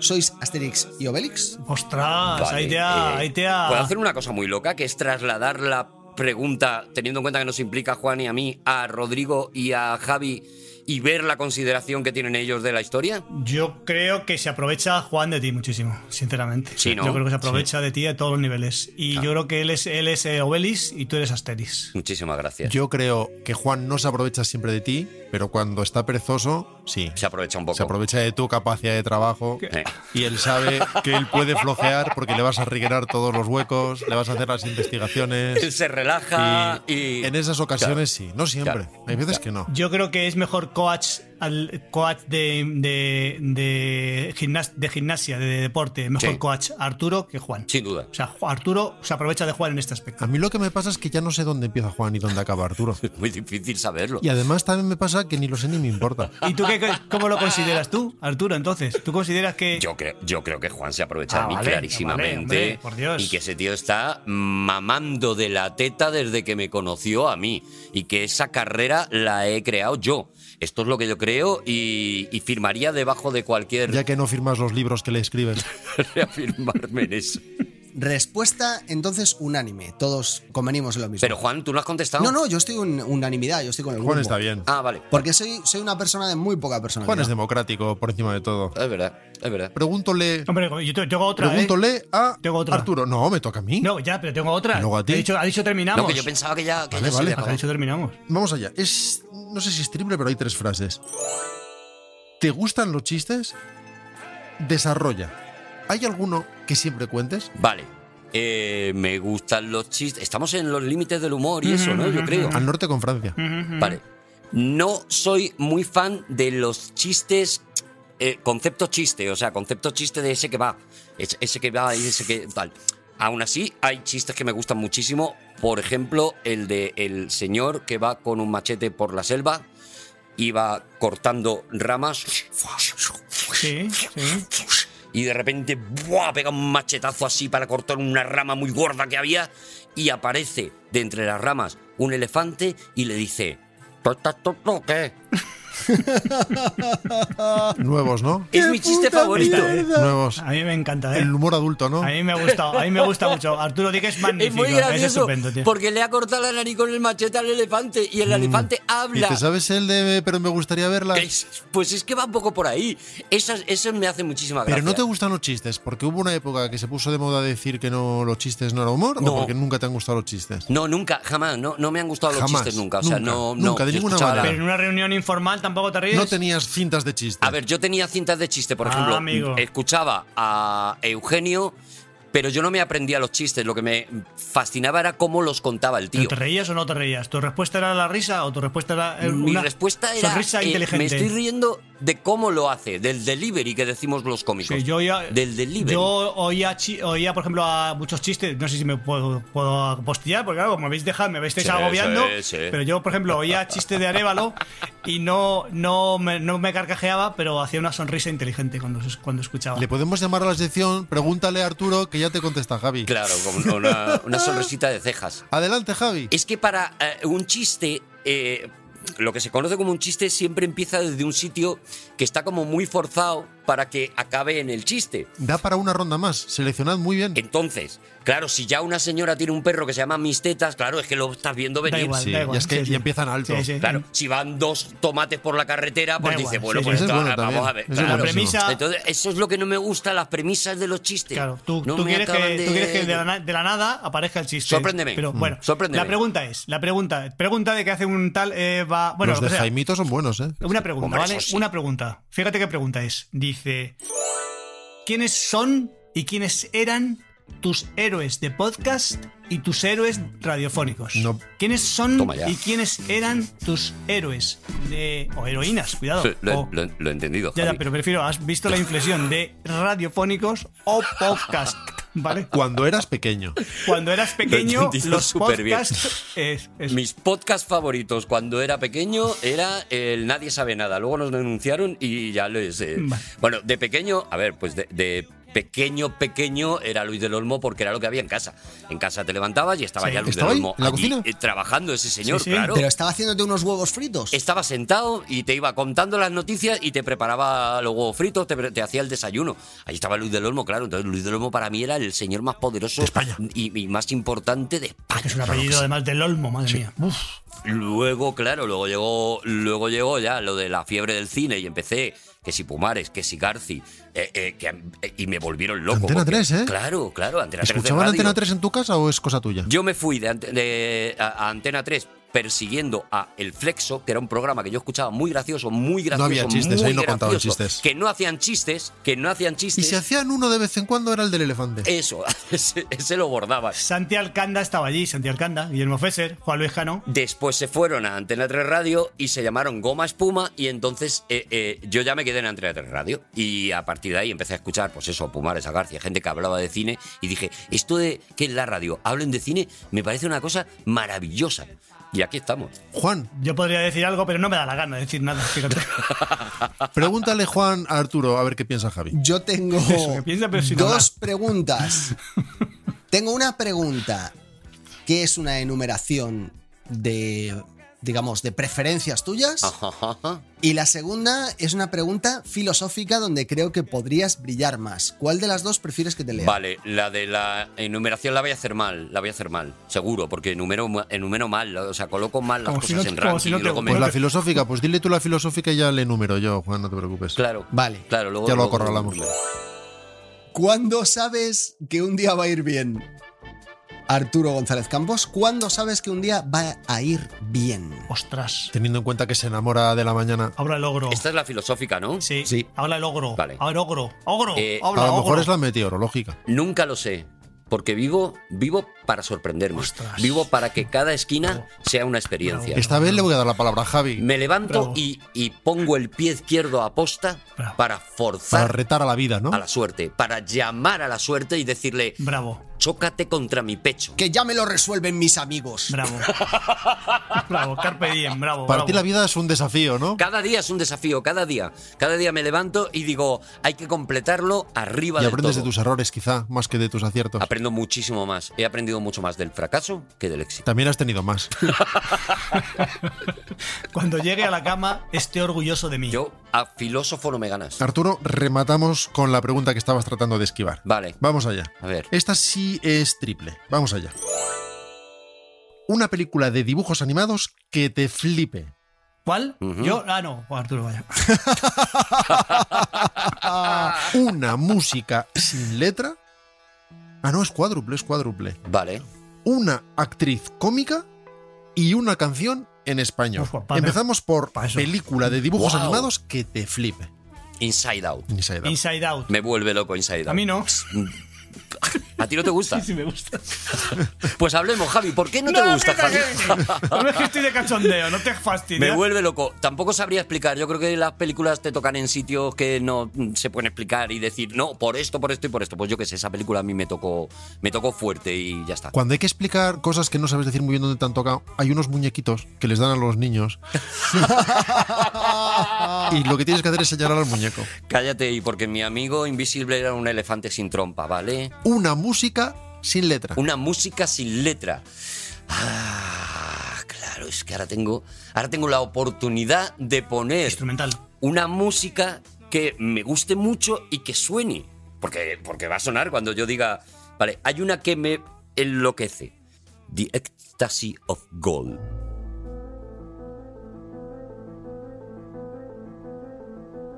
¿Sois Asterix y Obelix?
Ostras,
Vale,
ahí te ha.
eh,
ahí te ha-
Puedo hacer una cosa muy loca, que es trasladar la pregunta, teniendo en cuenta que nos implica a Juan y a mí, a Rodrigo y a Javi, y ver la consideración que tienen ellos de la historia.
Yo creo que se aprovecha Juan de ti muchísimo, sinceramente.
Sí, ¿no?
Yo creo que se aprovecha de ti a todos los niveles. Y yo creo que él es, él es eh, Obelis y tú eres Asteris.
Muchísimas gracias.
Yo creo que Juan no se aprovecha siempre de ti, pero cuando está perezoso, sí.
Se aprovecha un poco.
Se aprovecha de tu capacidad de trabajo
Eh,
y él sabe que él puede flojear porque le vas a rellenar todos los huecos, le vas a hacer las
Él
investigaciones.
se relaja y,
Y en esas ocasiones sí, no siempre.
Claro.
Hay veces que no.
Yo creo que es mejor coach, al, coach de, de, de, gimnas- de gimnasia, de, deporte, mejor
Sí.
coach Arturo que Juan.
Sin duda.
O sea, Ju- Arturo se aprovecha de Juan en este aspecto.
A mí lo que me pasa es que ya no sé dónde empieza Juan y dónde acaba Arturo.
Es muy difícil saberlo.
Y además también me pasa que ni lo sé ni me importa.
¿Y tú qué, cómo lo consideras tú, Arturo, entonces? ¿Tú consideras que...?
Yo creo, yo creo que Juan se aprovecha de
Ah,
mí
vale,
clarísimamente.
vale, hombre, por Dios.
Y que ese tío está mamando de la teta desde que me conoció a mí. Y que esa carrera la he creado yo. Esto es lo que yo creo y, y firmaría debajo de cualquier.
Ya que no firmas los libros que le escribes.
reafirmarme en eso.
Respuesta entonces unánime. Todos convenimos en lo mismo.
Pero Juan, tú no has contestado.
no, no, yo estoy en unanimidad, yo estoy con el
Juan
grupo.
está bien.
Ah, vale.
Porque soy, soy una persona de muy poca personalidad.
Juan es democrático por encima de todo.
Es verdad, es verdad.
Pregúntole,
Hombre, yo te- tengo otra, ¿eh?
pregúntole a
Tengo otra.
Arturo. No, me toca a mí.
No, ya, pero tengo otra.
Y luego a ti.
He dicho, ha dicho terminamos.
No, que yo pensaba que ya. Que
Vale,
ya se
vale.
había
Ha
acabado.
dicho terminamos.
Vamos allá. Es. No sé si es triple, pero hay tres frases. ¿Te gustan los chistes? Desarrolla. ¿Hay alguno que siempre cuentes?
Vale. Eh, me gustan los chistes. Estamos en los límites del humor y eso, ¿no? Yo creo.
Al norte con Francia.
Vale. No soy muy fan de los chistes. eh, concepto chiste, o sea, concepto chiste de ese que va. es- Ese que va y ese que tal. Aún así, hay chistes que me gustan muchísimo. Por ejemplo, el de el señor que va con un machete por la selva y va cortando ramas.
Sí, sí.
Y de repente, ¡buah! pega un machetazo así para cortar una rama muy gorda que había. Y aparece de entre las ramas un elefante y le dice: ¿Qué?
Ah, Nuevos, ¿no?
Es mi chiste
puta
favorito. eh.
mierda!
Nuevos.
A mí me encanta, ¿eh?
El humor adulto, ¿no?
A mí me ha gustado, a mí me gusta mucho. Arturo di que es
Es
magnífico,
muy
es
gracioso
estupendo, tío.
porque le ha cortado la nariz con el machete al elefante y el elefante
Mm. ¿Y
habla.
te sabes el de Pero me gustaría verla?
Es- Pues es que va un poco por ahí. Esas, eso me hace muchísima gracia.
Pero no te gustan los chistes, porque hubo una época que se puso de moda decir que no los chistes no era humor,
No.
o porque nunca te han gustado los chistes.
No, nunca, jamás. No, no me han gustado los
Jamás,
chistes nunca. O sea,
nunca,
no,
nunca,
no,
de
yo
ninguna
escuchaba
manera.
Pero en una reunión informal tampoco te ríes.
No tenías cintas de chistes.
A ver, yo tenía cintas de chiste, por
Ah,
ejemplo.
amigo.
Escuchaba a Eugenio, pero yo no me aprendía los chistes. Lo que me fascinaba era cómo los contaba el
¿Pero
tío.
¿Te reías o no te reías? ¿Tu respuesta era la risa o tu respuesta era eh,
Mi
una
respuesta era.
sonrisa
eh,
inteligente?
Me estoy riendo de cómo lo hace, del delivery que decimos los cómicos.
Sí, yo oía,
del delivery.
Yo oía, chi- oía, por ejemplo, a muchos chistes. No sé si me puedo, puedo postillar, porque claro, como me habéis dejado, me habéis
Sí,
agobiando.
sí, sí.
Pero yo, por ejemplo, oía chistes de Arevalo y no, no, me, no me carcajeaba, pero hacía una sonrisa inteligente cuando, cuando escuchaba.
Le podemos llamar a la sección, pregúntale a Arturo que ya te contesta Javi.
Claro, con una, una sonrisita de cejas.
Adelante, Javi.
Es que para eh, un chiste, eh, lo que se conoce como un chiste siempre empieza desde un sitio que está como muy forzado para que acabe en el chiste.
Da para una ronda más, seleccionad muy bien.
Eh, Entonces, claro, si ya una señora tiene un perro que se llama Mis Tetas, claro, es que lo estás viendo venir.
da igual,
sí,
da igual.
y es que
sí,
ya
sí.
empiezan alto.
Sí, sí.
Claro, si van dos tomates por la carretera, pues
Da
dice,
igual,
bueno,
sí,
pues
sí. Eso es
esto,
bueno
vamos
también,
a ver.
eso es
claro.
buenísimo.
Premisa-
Entonces, eso es lo que no me gusta, las premisas de los chistes.
Claro, tú,
No
tú
me
quieres,
acaban
que,
de-
tú quieres que de la, na- de la nada aparezca el chiste.
Sorpréndeme.
Pero
Mm.
bueno,
Sorpréndeme.
la pregunta es, la pregunta, pregunta de que hace un tal eh, va, bueno,
los
lo
de
que sea. Ah.
Jaimito son buenos, ¿eh?
Una pregunta,
Hombre,
¿vale?
eso sí.
Una pregunta. Fíjate qué pregunta es. Dice, ¿quiénes son y quiénes eran tus héroes de podcast y tus héroes radiofónicos?
No.
¿Quiénes son
Toma ya.
y quiénes eran tus héroes de o heroínas? Cuidado.
Sí, lo,
o-
lo- lo he entendido.
ya, ya,
Javi.
pero prefiero, has visto la inflexión de radiofónicos o podcast, ¿vale?
Cuando eras pequeño.
Cuando eras
Lo
pequeño,
entendí
los
superbién.
podcasts... Es, es-
Mis podcasts favoritos cuando era pequeño era el Nadie sabe nada. Luego nos denunciaron y ya les. eh,
Vale.
Bueno, de pequeño, a ver, pues de. de Pequeño, pequeño era Luis del Olmo porque era lo que había en casa. En casa te levantabas y estaba
Sí.
ya Luis del
¿Estaba ahí?
Olmo
¿En la
allí,
cocina?
eh, trabajando ese señor,
Sí, sí.
claro.
Pero estaba haciéndote unos huevos fritos.
Estaba sentado y te iba contando las noticias y te preparaba los huevos fritos, te, pre- te hacía el desayuno. Ahí estaba Luis del Olmo, claro. Entonces Luis del Olmo para mí era el señor más poderoso Y, y más importante de España.
Ah, es un apellido además del Olmo, madre mía. Uf.
Luego, claro, luego llegó, luego llegó ya lo de la fiebre del cine y empecé que si Pumares, que si Garci, eh, eh, que, eh, y me volvieron loco.
Antena
porque-
3, ¿eh?
Claro, claro, Antena 3. de
¿Escuchaban
radio.
Antena 3 en tu casa o es cosa tuya?
Yo me fui de, ante- de- a, a Antena 3 persiguiendo a El Flexo, que era un programa que yo escuchaba muy gracioso, muy gracioso.
había chistes,
muy
ahí no contaban
gracioso,
chistes.
Que no hacían chistes, que no hacían
y
chistes.
si hacían uno de vez en cuando era el del elefante.
Eso, ese, ese lo bordaba.
Santi Alcanda estaba allí, Santi Alcanda, Guillermo Fesser, Juan Luis Cano.
Después se fueron a Antena 3 Radio y se llamaron Goma Espuma y entonces eh, eh, yo ya me quedé en Antena 3 Radio y a partir de ahí empecé a escuchar pues eso, a Pumares, a García, gente que hablaba de cine y dije, esto de que en la radio hablen de cine me parece una cosa maravillosa. Y aquí estamos.
Juan,
Yo podría decir algo, pero no me da la gana de decir nada, fíjate.
pregúntale Juan a Arturo a ver qué piensa Javi.
Yo tengo
Eso, que piensa, pero sin hablar.
dos preguntas. tengo una pregunta que es una enumeración de, digamos, de preferencias tuyas.
Ah.
Y la segunda es una pregunta filosófica donde creo que podrías brillar más. ¿Cuál de las dos prefieres que te lea?
Vale, la de la enumeración la voy a hacer mal, la voy a hacer mal, seguro, porque enumero, ma- enumero mal, o sea, coloco mal las
Como
cosas
si no-
en
como
ranking.
si no
y
te-
luego me-
Pues la filosófica, pues dile tú la filosófica y ya le número yo, Juan, no te preocupes.
Claro,
Vale.
claro, luego
Ya lo
luego-
acorralamos.
¿Cuándo sabes que un día va a ir bien? Arturo González Campos, ¿cuándo sabes que un día va a ir bien?
Ostras.
Teniendo en cuenta que se enamora de la mañana.
Ahora el ogro.
Esta es la filosófica, ¿no?
Sí,
Sí.
Ahora el ogro.
Vale.
Ahora ogro. Ogro.
Eh,
habla,
a lo mejor
ogro.
es la meteorológica.
Nunca lo sé, porque vivo, vivo para sorprenderme.
Ostras.
Vivo para que cada esquina sea una experiencia. Este-
Esta vez le voy a dar la palabra a Javi
Me levanto
Bravo.
y, y pongo el pie izquierdo a posta
Bravo.
para
para
forzar
retar a la vida, ¿no?
a la suerte, para llamar a la suerte y decirle,
Bravo.
Chócate contra mi pecho.
Que ya me lo resuelven mis amigos.
Bravo. bravo, Carpe Diem, bravo.
Para ti la
bravo.
vida es un desafío, ¿no?
Cada día es un desafío, cada día. Cada día me levanto y digo, hay que completarlo arriba
Y
del
aprendes de
todo.
tus errores, quizá, más que de tus aciertos.
Aprendo muchísimo más. He aprendido mucho más del fracaso que del éxito.
También has tenido más.
Cuando llegue a la cama, esté orgulloso de mí.
Yo a filósofo no me ganas.
Arturo, rematamos con la pregunta que estabas tratando de esquivar.
Vale.
Vamos allá.
A ver.
Esta sí es triple. Vamos allá. Una película de dibujos animados que te flipe.
¿Cuál?
Ujú.
Yo, ah, no, Juan Arturo, vaya.
Una música sin letra. Ah, no, es cuádruple, es cuádruple.
Vale.
Una actriz cómica y una canción en español.
Pues, pa-
Empezamos por
pa eso.
película de dibujos
Wow.
animados que te flipe.
Inside Out.
Inside Out.
Inside Out.
Me vuelve loco Inside Out.
A mí no.
¿A ti no te gusta?
Sí, me gusta.
Pues hablemos, Javi. ¿Por qué no, te gusta, Javi?
No es que estoy de cachondeo, no te fastidies.
Me vuelve loco. Tampoco sabría explicar. Yo creo que las películas te tocan en sitios que no mm, se pueden explicar y decir, no, por esto, por esto y por esto. Pues yo qué sé, esa película a mí me tocó, me tocó fuerte y ya está.
Cuando hay que explicar cosas que no sabes decir muy bien dónde te han tocado, hay unos muñequitos que les dan a los niños. y lo que tienes que hacer es señalar al muñeco.
Cállate y porque mi amigo invisible era un elefante sin trompa, ¿vale?
Ah.
Una música sin letra.
Una música sin letra. Ah, claro, es que ahora tengo, ahora tengo la oportunidad de poner
Instrumental.
una música que me guste mucho y que suene. Porque, porque va a sonar cuando yo diga, vale, hay una que me enloquece. The Ecstasy of Gold.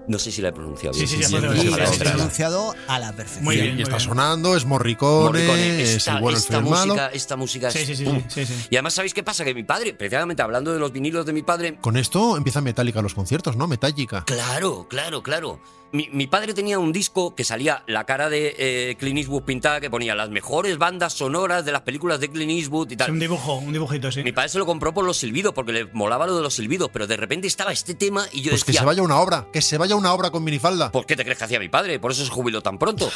No sé si la he pronunciado
Sí,
bien.
sí, sí,
sí,
sí,
sí,
Y
sí,
sí,
lo
sí,
has
sí, sí.
pronunciado a la perfección.
Muy
y,
bien,
y
muy
está
bien.
sonando, es Morricone,
Morricone,
es el
esta,
bueno, el
esta
feo, el malo.
música, esta música es-
Sí, sí, sí,
¡pum!
sí, sí.
Y además, ¿sabéis qué pasa? Que mi padre, precisamente hablando de los vinilos de mi padre,
Con esto empieza Metallica los conciertos, ¿no? Metallica.
Claro, claro, claro. Mi, mi padre tenía un disco que salía la cara de eh, Clint Eastwood pintada que ponía las mejores bandas sonoras de las películas de Clint Eastwood y
Es un
tal.
dibujo, un dibujito, sí.
Mi padre se lo compró por los silbidos porque le molaba lo de los silbidos, pero de repente estaba este tema y yo
Pues que
decía,
se vaya una obra, que se vaya una obra con minifalda.
¿por qué te crees que hacía mi padre? Por eso se jubiló tan pronto.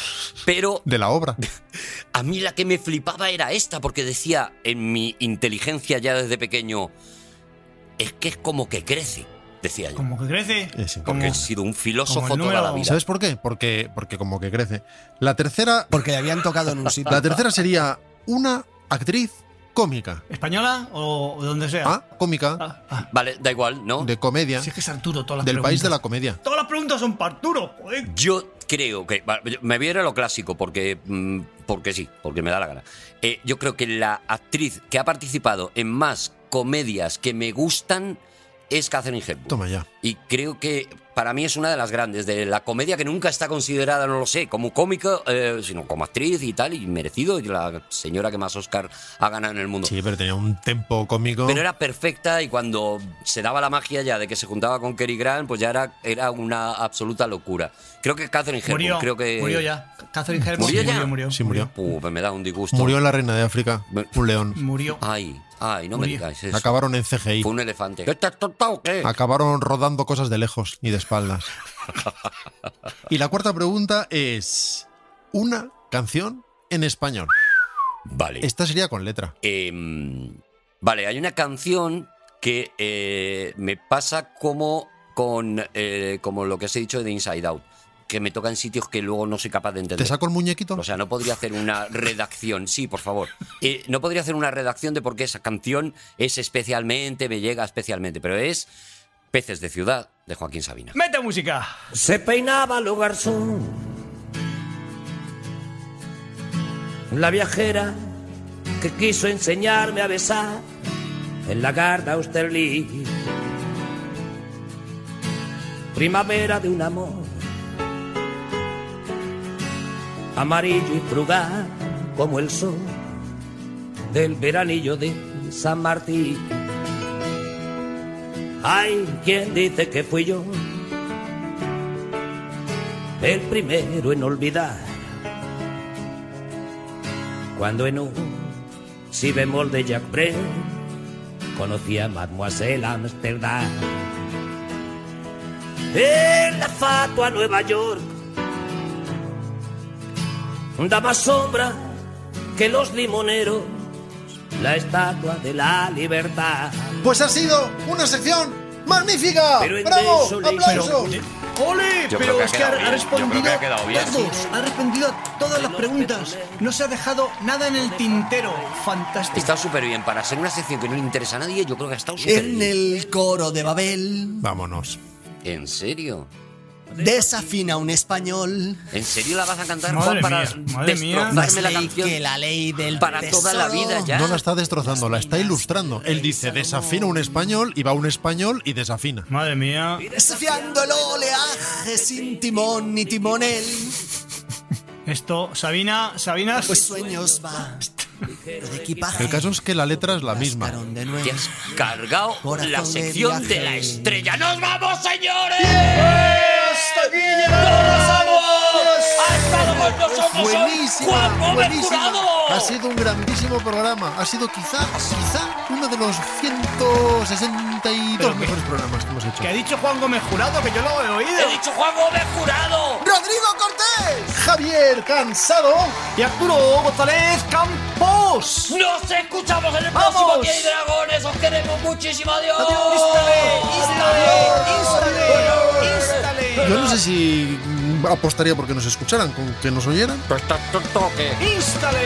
Pero
De la obra.
a mí la que me flipaba era esta porque decía en mi inteligencia ya desde pequeño, es que es como que crece, decía yo.
Como que crece.
Es
como-
Porque he sido un filósofo
número-
toda la vida.
¿Sabes por qué? Porque, porque como que crece. La tercera,
Porque le habían tocado en un sitio.
la tercera sería una actriz cómica.
¿Española o o donde sea?
Ah, cómica,
Ah, ah.
Vale, da igual, ¿no?
de comedia,
Si es que es Arturo todas las
del país de la
preguntas.
comedia.
Todas las preguntas son para Arturo, joder.
Yo creo que. va, yo- Me voy a ir a lo clásico porque. mm, Porque sí, porque me da la gana. Eh, yo creo que la actriz que ha participado en más comedias que me gustan es Catherine Hepburn.
Toma ya.
Y creo que para mí es una de las grandes, de la comedia que nunca está considerada, no lo sé, como cómica, eh, sino como actriz y tal, y merecido, y la señora que más Oscar ha ganado en el mundo.
Sí, pero tenía un tempo cómico.
Pero era perfecta y cuando se daba la magia ya de que se juntaba con Cary Grant, pues ya era, era una absoluta locura. Creo que Catherine Hepburn,
Murió,
creo que...
murió ya. Catherine Hepburn
¿Murió ya?
murió, murió.
Sí, murió.
Puh, pues me da un disgusto.
Murió en la reina de África, un león.
Murió.
Ay, ay, no me
Murió.
digáis Mm, eso.
Acabaron en CGI.
Fue un elefante. ¿Qué estás tonta o qué?
Acabaron rodando cosas de lejos y de espaldas. Y la cuarta pregunta es una canción en español.
Vale.
Esta sería con letra.
Em, vale, hay una canción que eh, me pasa como con eh, como lo que os he dicho de Inside Out, que me toca en sitios que luego no soy capaz de
¿Te
entender.
saco el muñequito?
O sea, no podría hacer una redacción, sí, por favor. Eh, no podría hacer una redacción de por qué esa canción es especialmente, me llega especialmente, pero es Peces de Ciudad de Joaquín Sabina.
Mete música.
Se peinaba lo garzón. La viajera que quiso enseñarme a besar en la garda Austerlitz. Primavera de un amor amarillo y frugal como el sol del veranillo de San Martín. Hay quien dice que fui yo el primero en olvidar. Cuando en un si bemol de Jack Brel conocí a Mademoiselle Amsterdam. En la fatua Nueva York daba sombra que los limoneros, la estatua de la libertad.
Pues ha sido una sección magnífica.
Pero en
¡Bravo!
eso le-
¡Aplausos!
pero-
Eh, ¡Ole!
Yo creo
pero
que ha
es que
quedado
ha,
bien, yo
respondido
creo que ha quedado bien.
todos, ha respondido a todas las preguntas. No se ha dejado nada en el tintero. Fantástico.
Está súper bien. Para ser una sección que no le interesa a nadie, yo creo que ha estado súper
En
bien.
el coro de Babel
Vámonos.
¿En serio?
desafina un español.
¿En serio la vas a cantar,
Madre
Juan, para
mía, madre mía.
destrozarme la
Más ley
canción
que la ley del
para toda la
tesoro.
vida ya?
No la está destrozando, la está ilustrando. Él dice, desafina un español y va un español y desafina.
Madre mía.
Desafiando el oleaje sin timón ni timonel,
Esto, Sabina, Sabina.
pues sueños va. El equipaje
El caso es que la letra es la misma.
rascaron de nuevo.
Te has cargado
Corazón
la
de
sección de,
viaje.
la estrella. ¡Nos vamos, señores!
¡Hasta aquí llegamos!
¡Ha estado con nosotros hoy Juan
Buenísima,
Gómez
buenísima.
Jurado!
Ha sido un grandísimo programa. Ha sido quizá, quizá uno de los 162
qué?
mejores programas que hemos hecho.
Que ha dicho Juan Gómez Jurado que yo lo he oído.
¡He dicho Juan Gómez Jurado!
¡Rodrigo Cortés!
Javier Cansado
Y Arturo González Campos.
¡Nos escuchamos en el
¡Vamos!
próximo Aquí hay Dragones! ¡Os queremos muchísimo! ¡Adiós!
Instale, instale,
Yo no sé si mm, apostaría porque nos escucharan, con que nos oyeran.
instale, instale.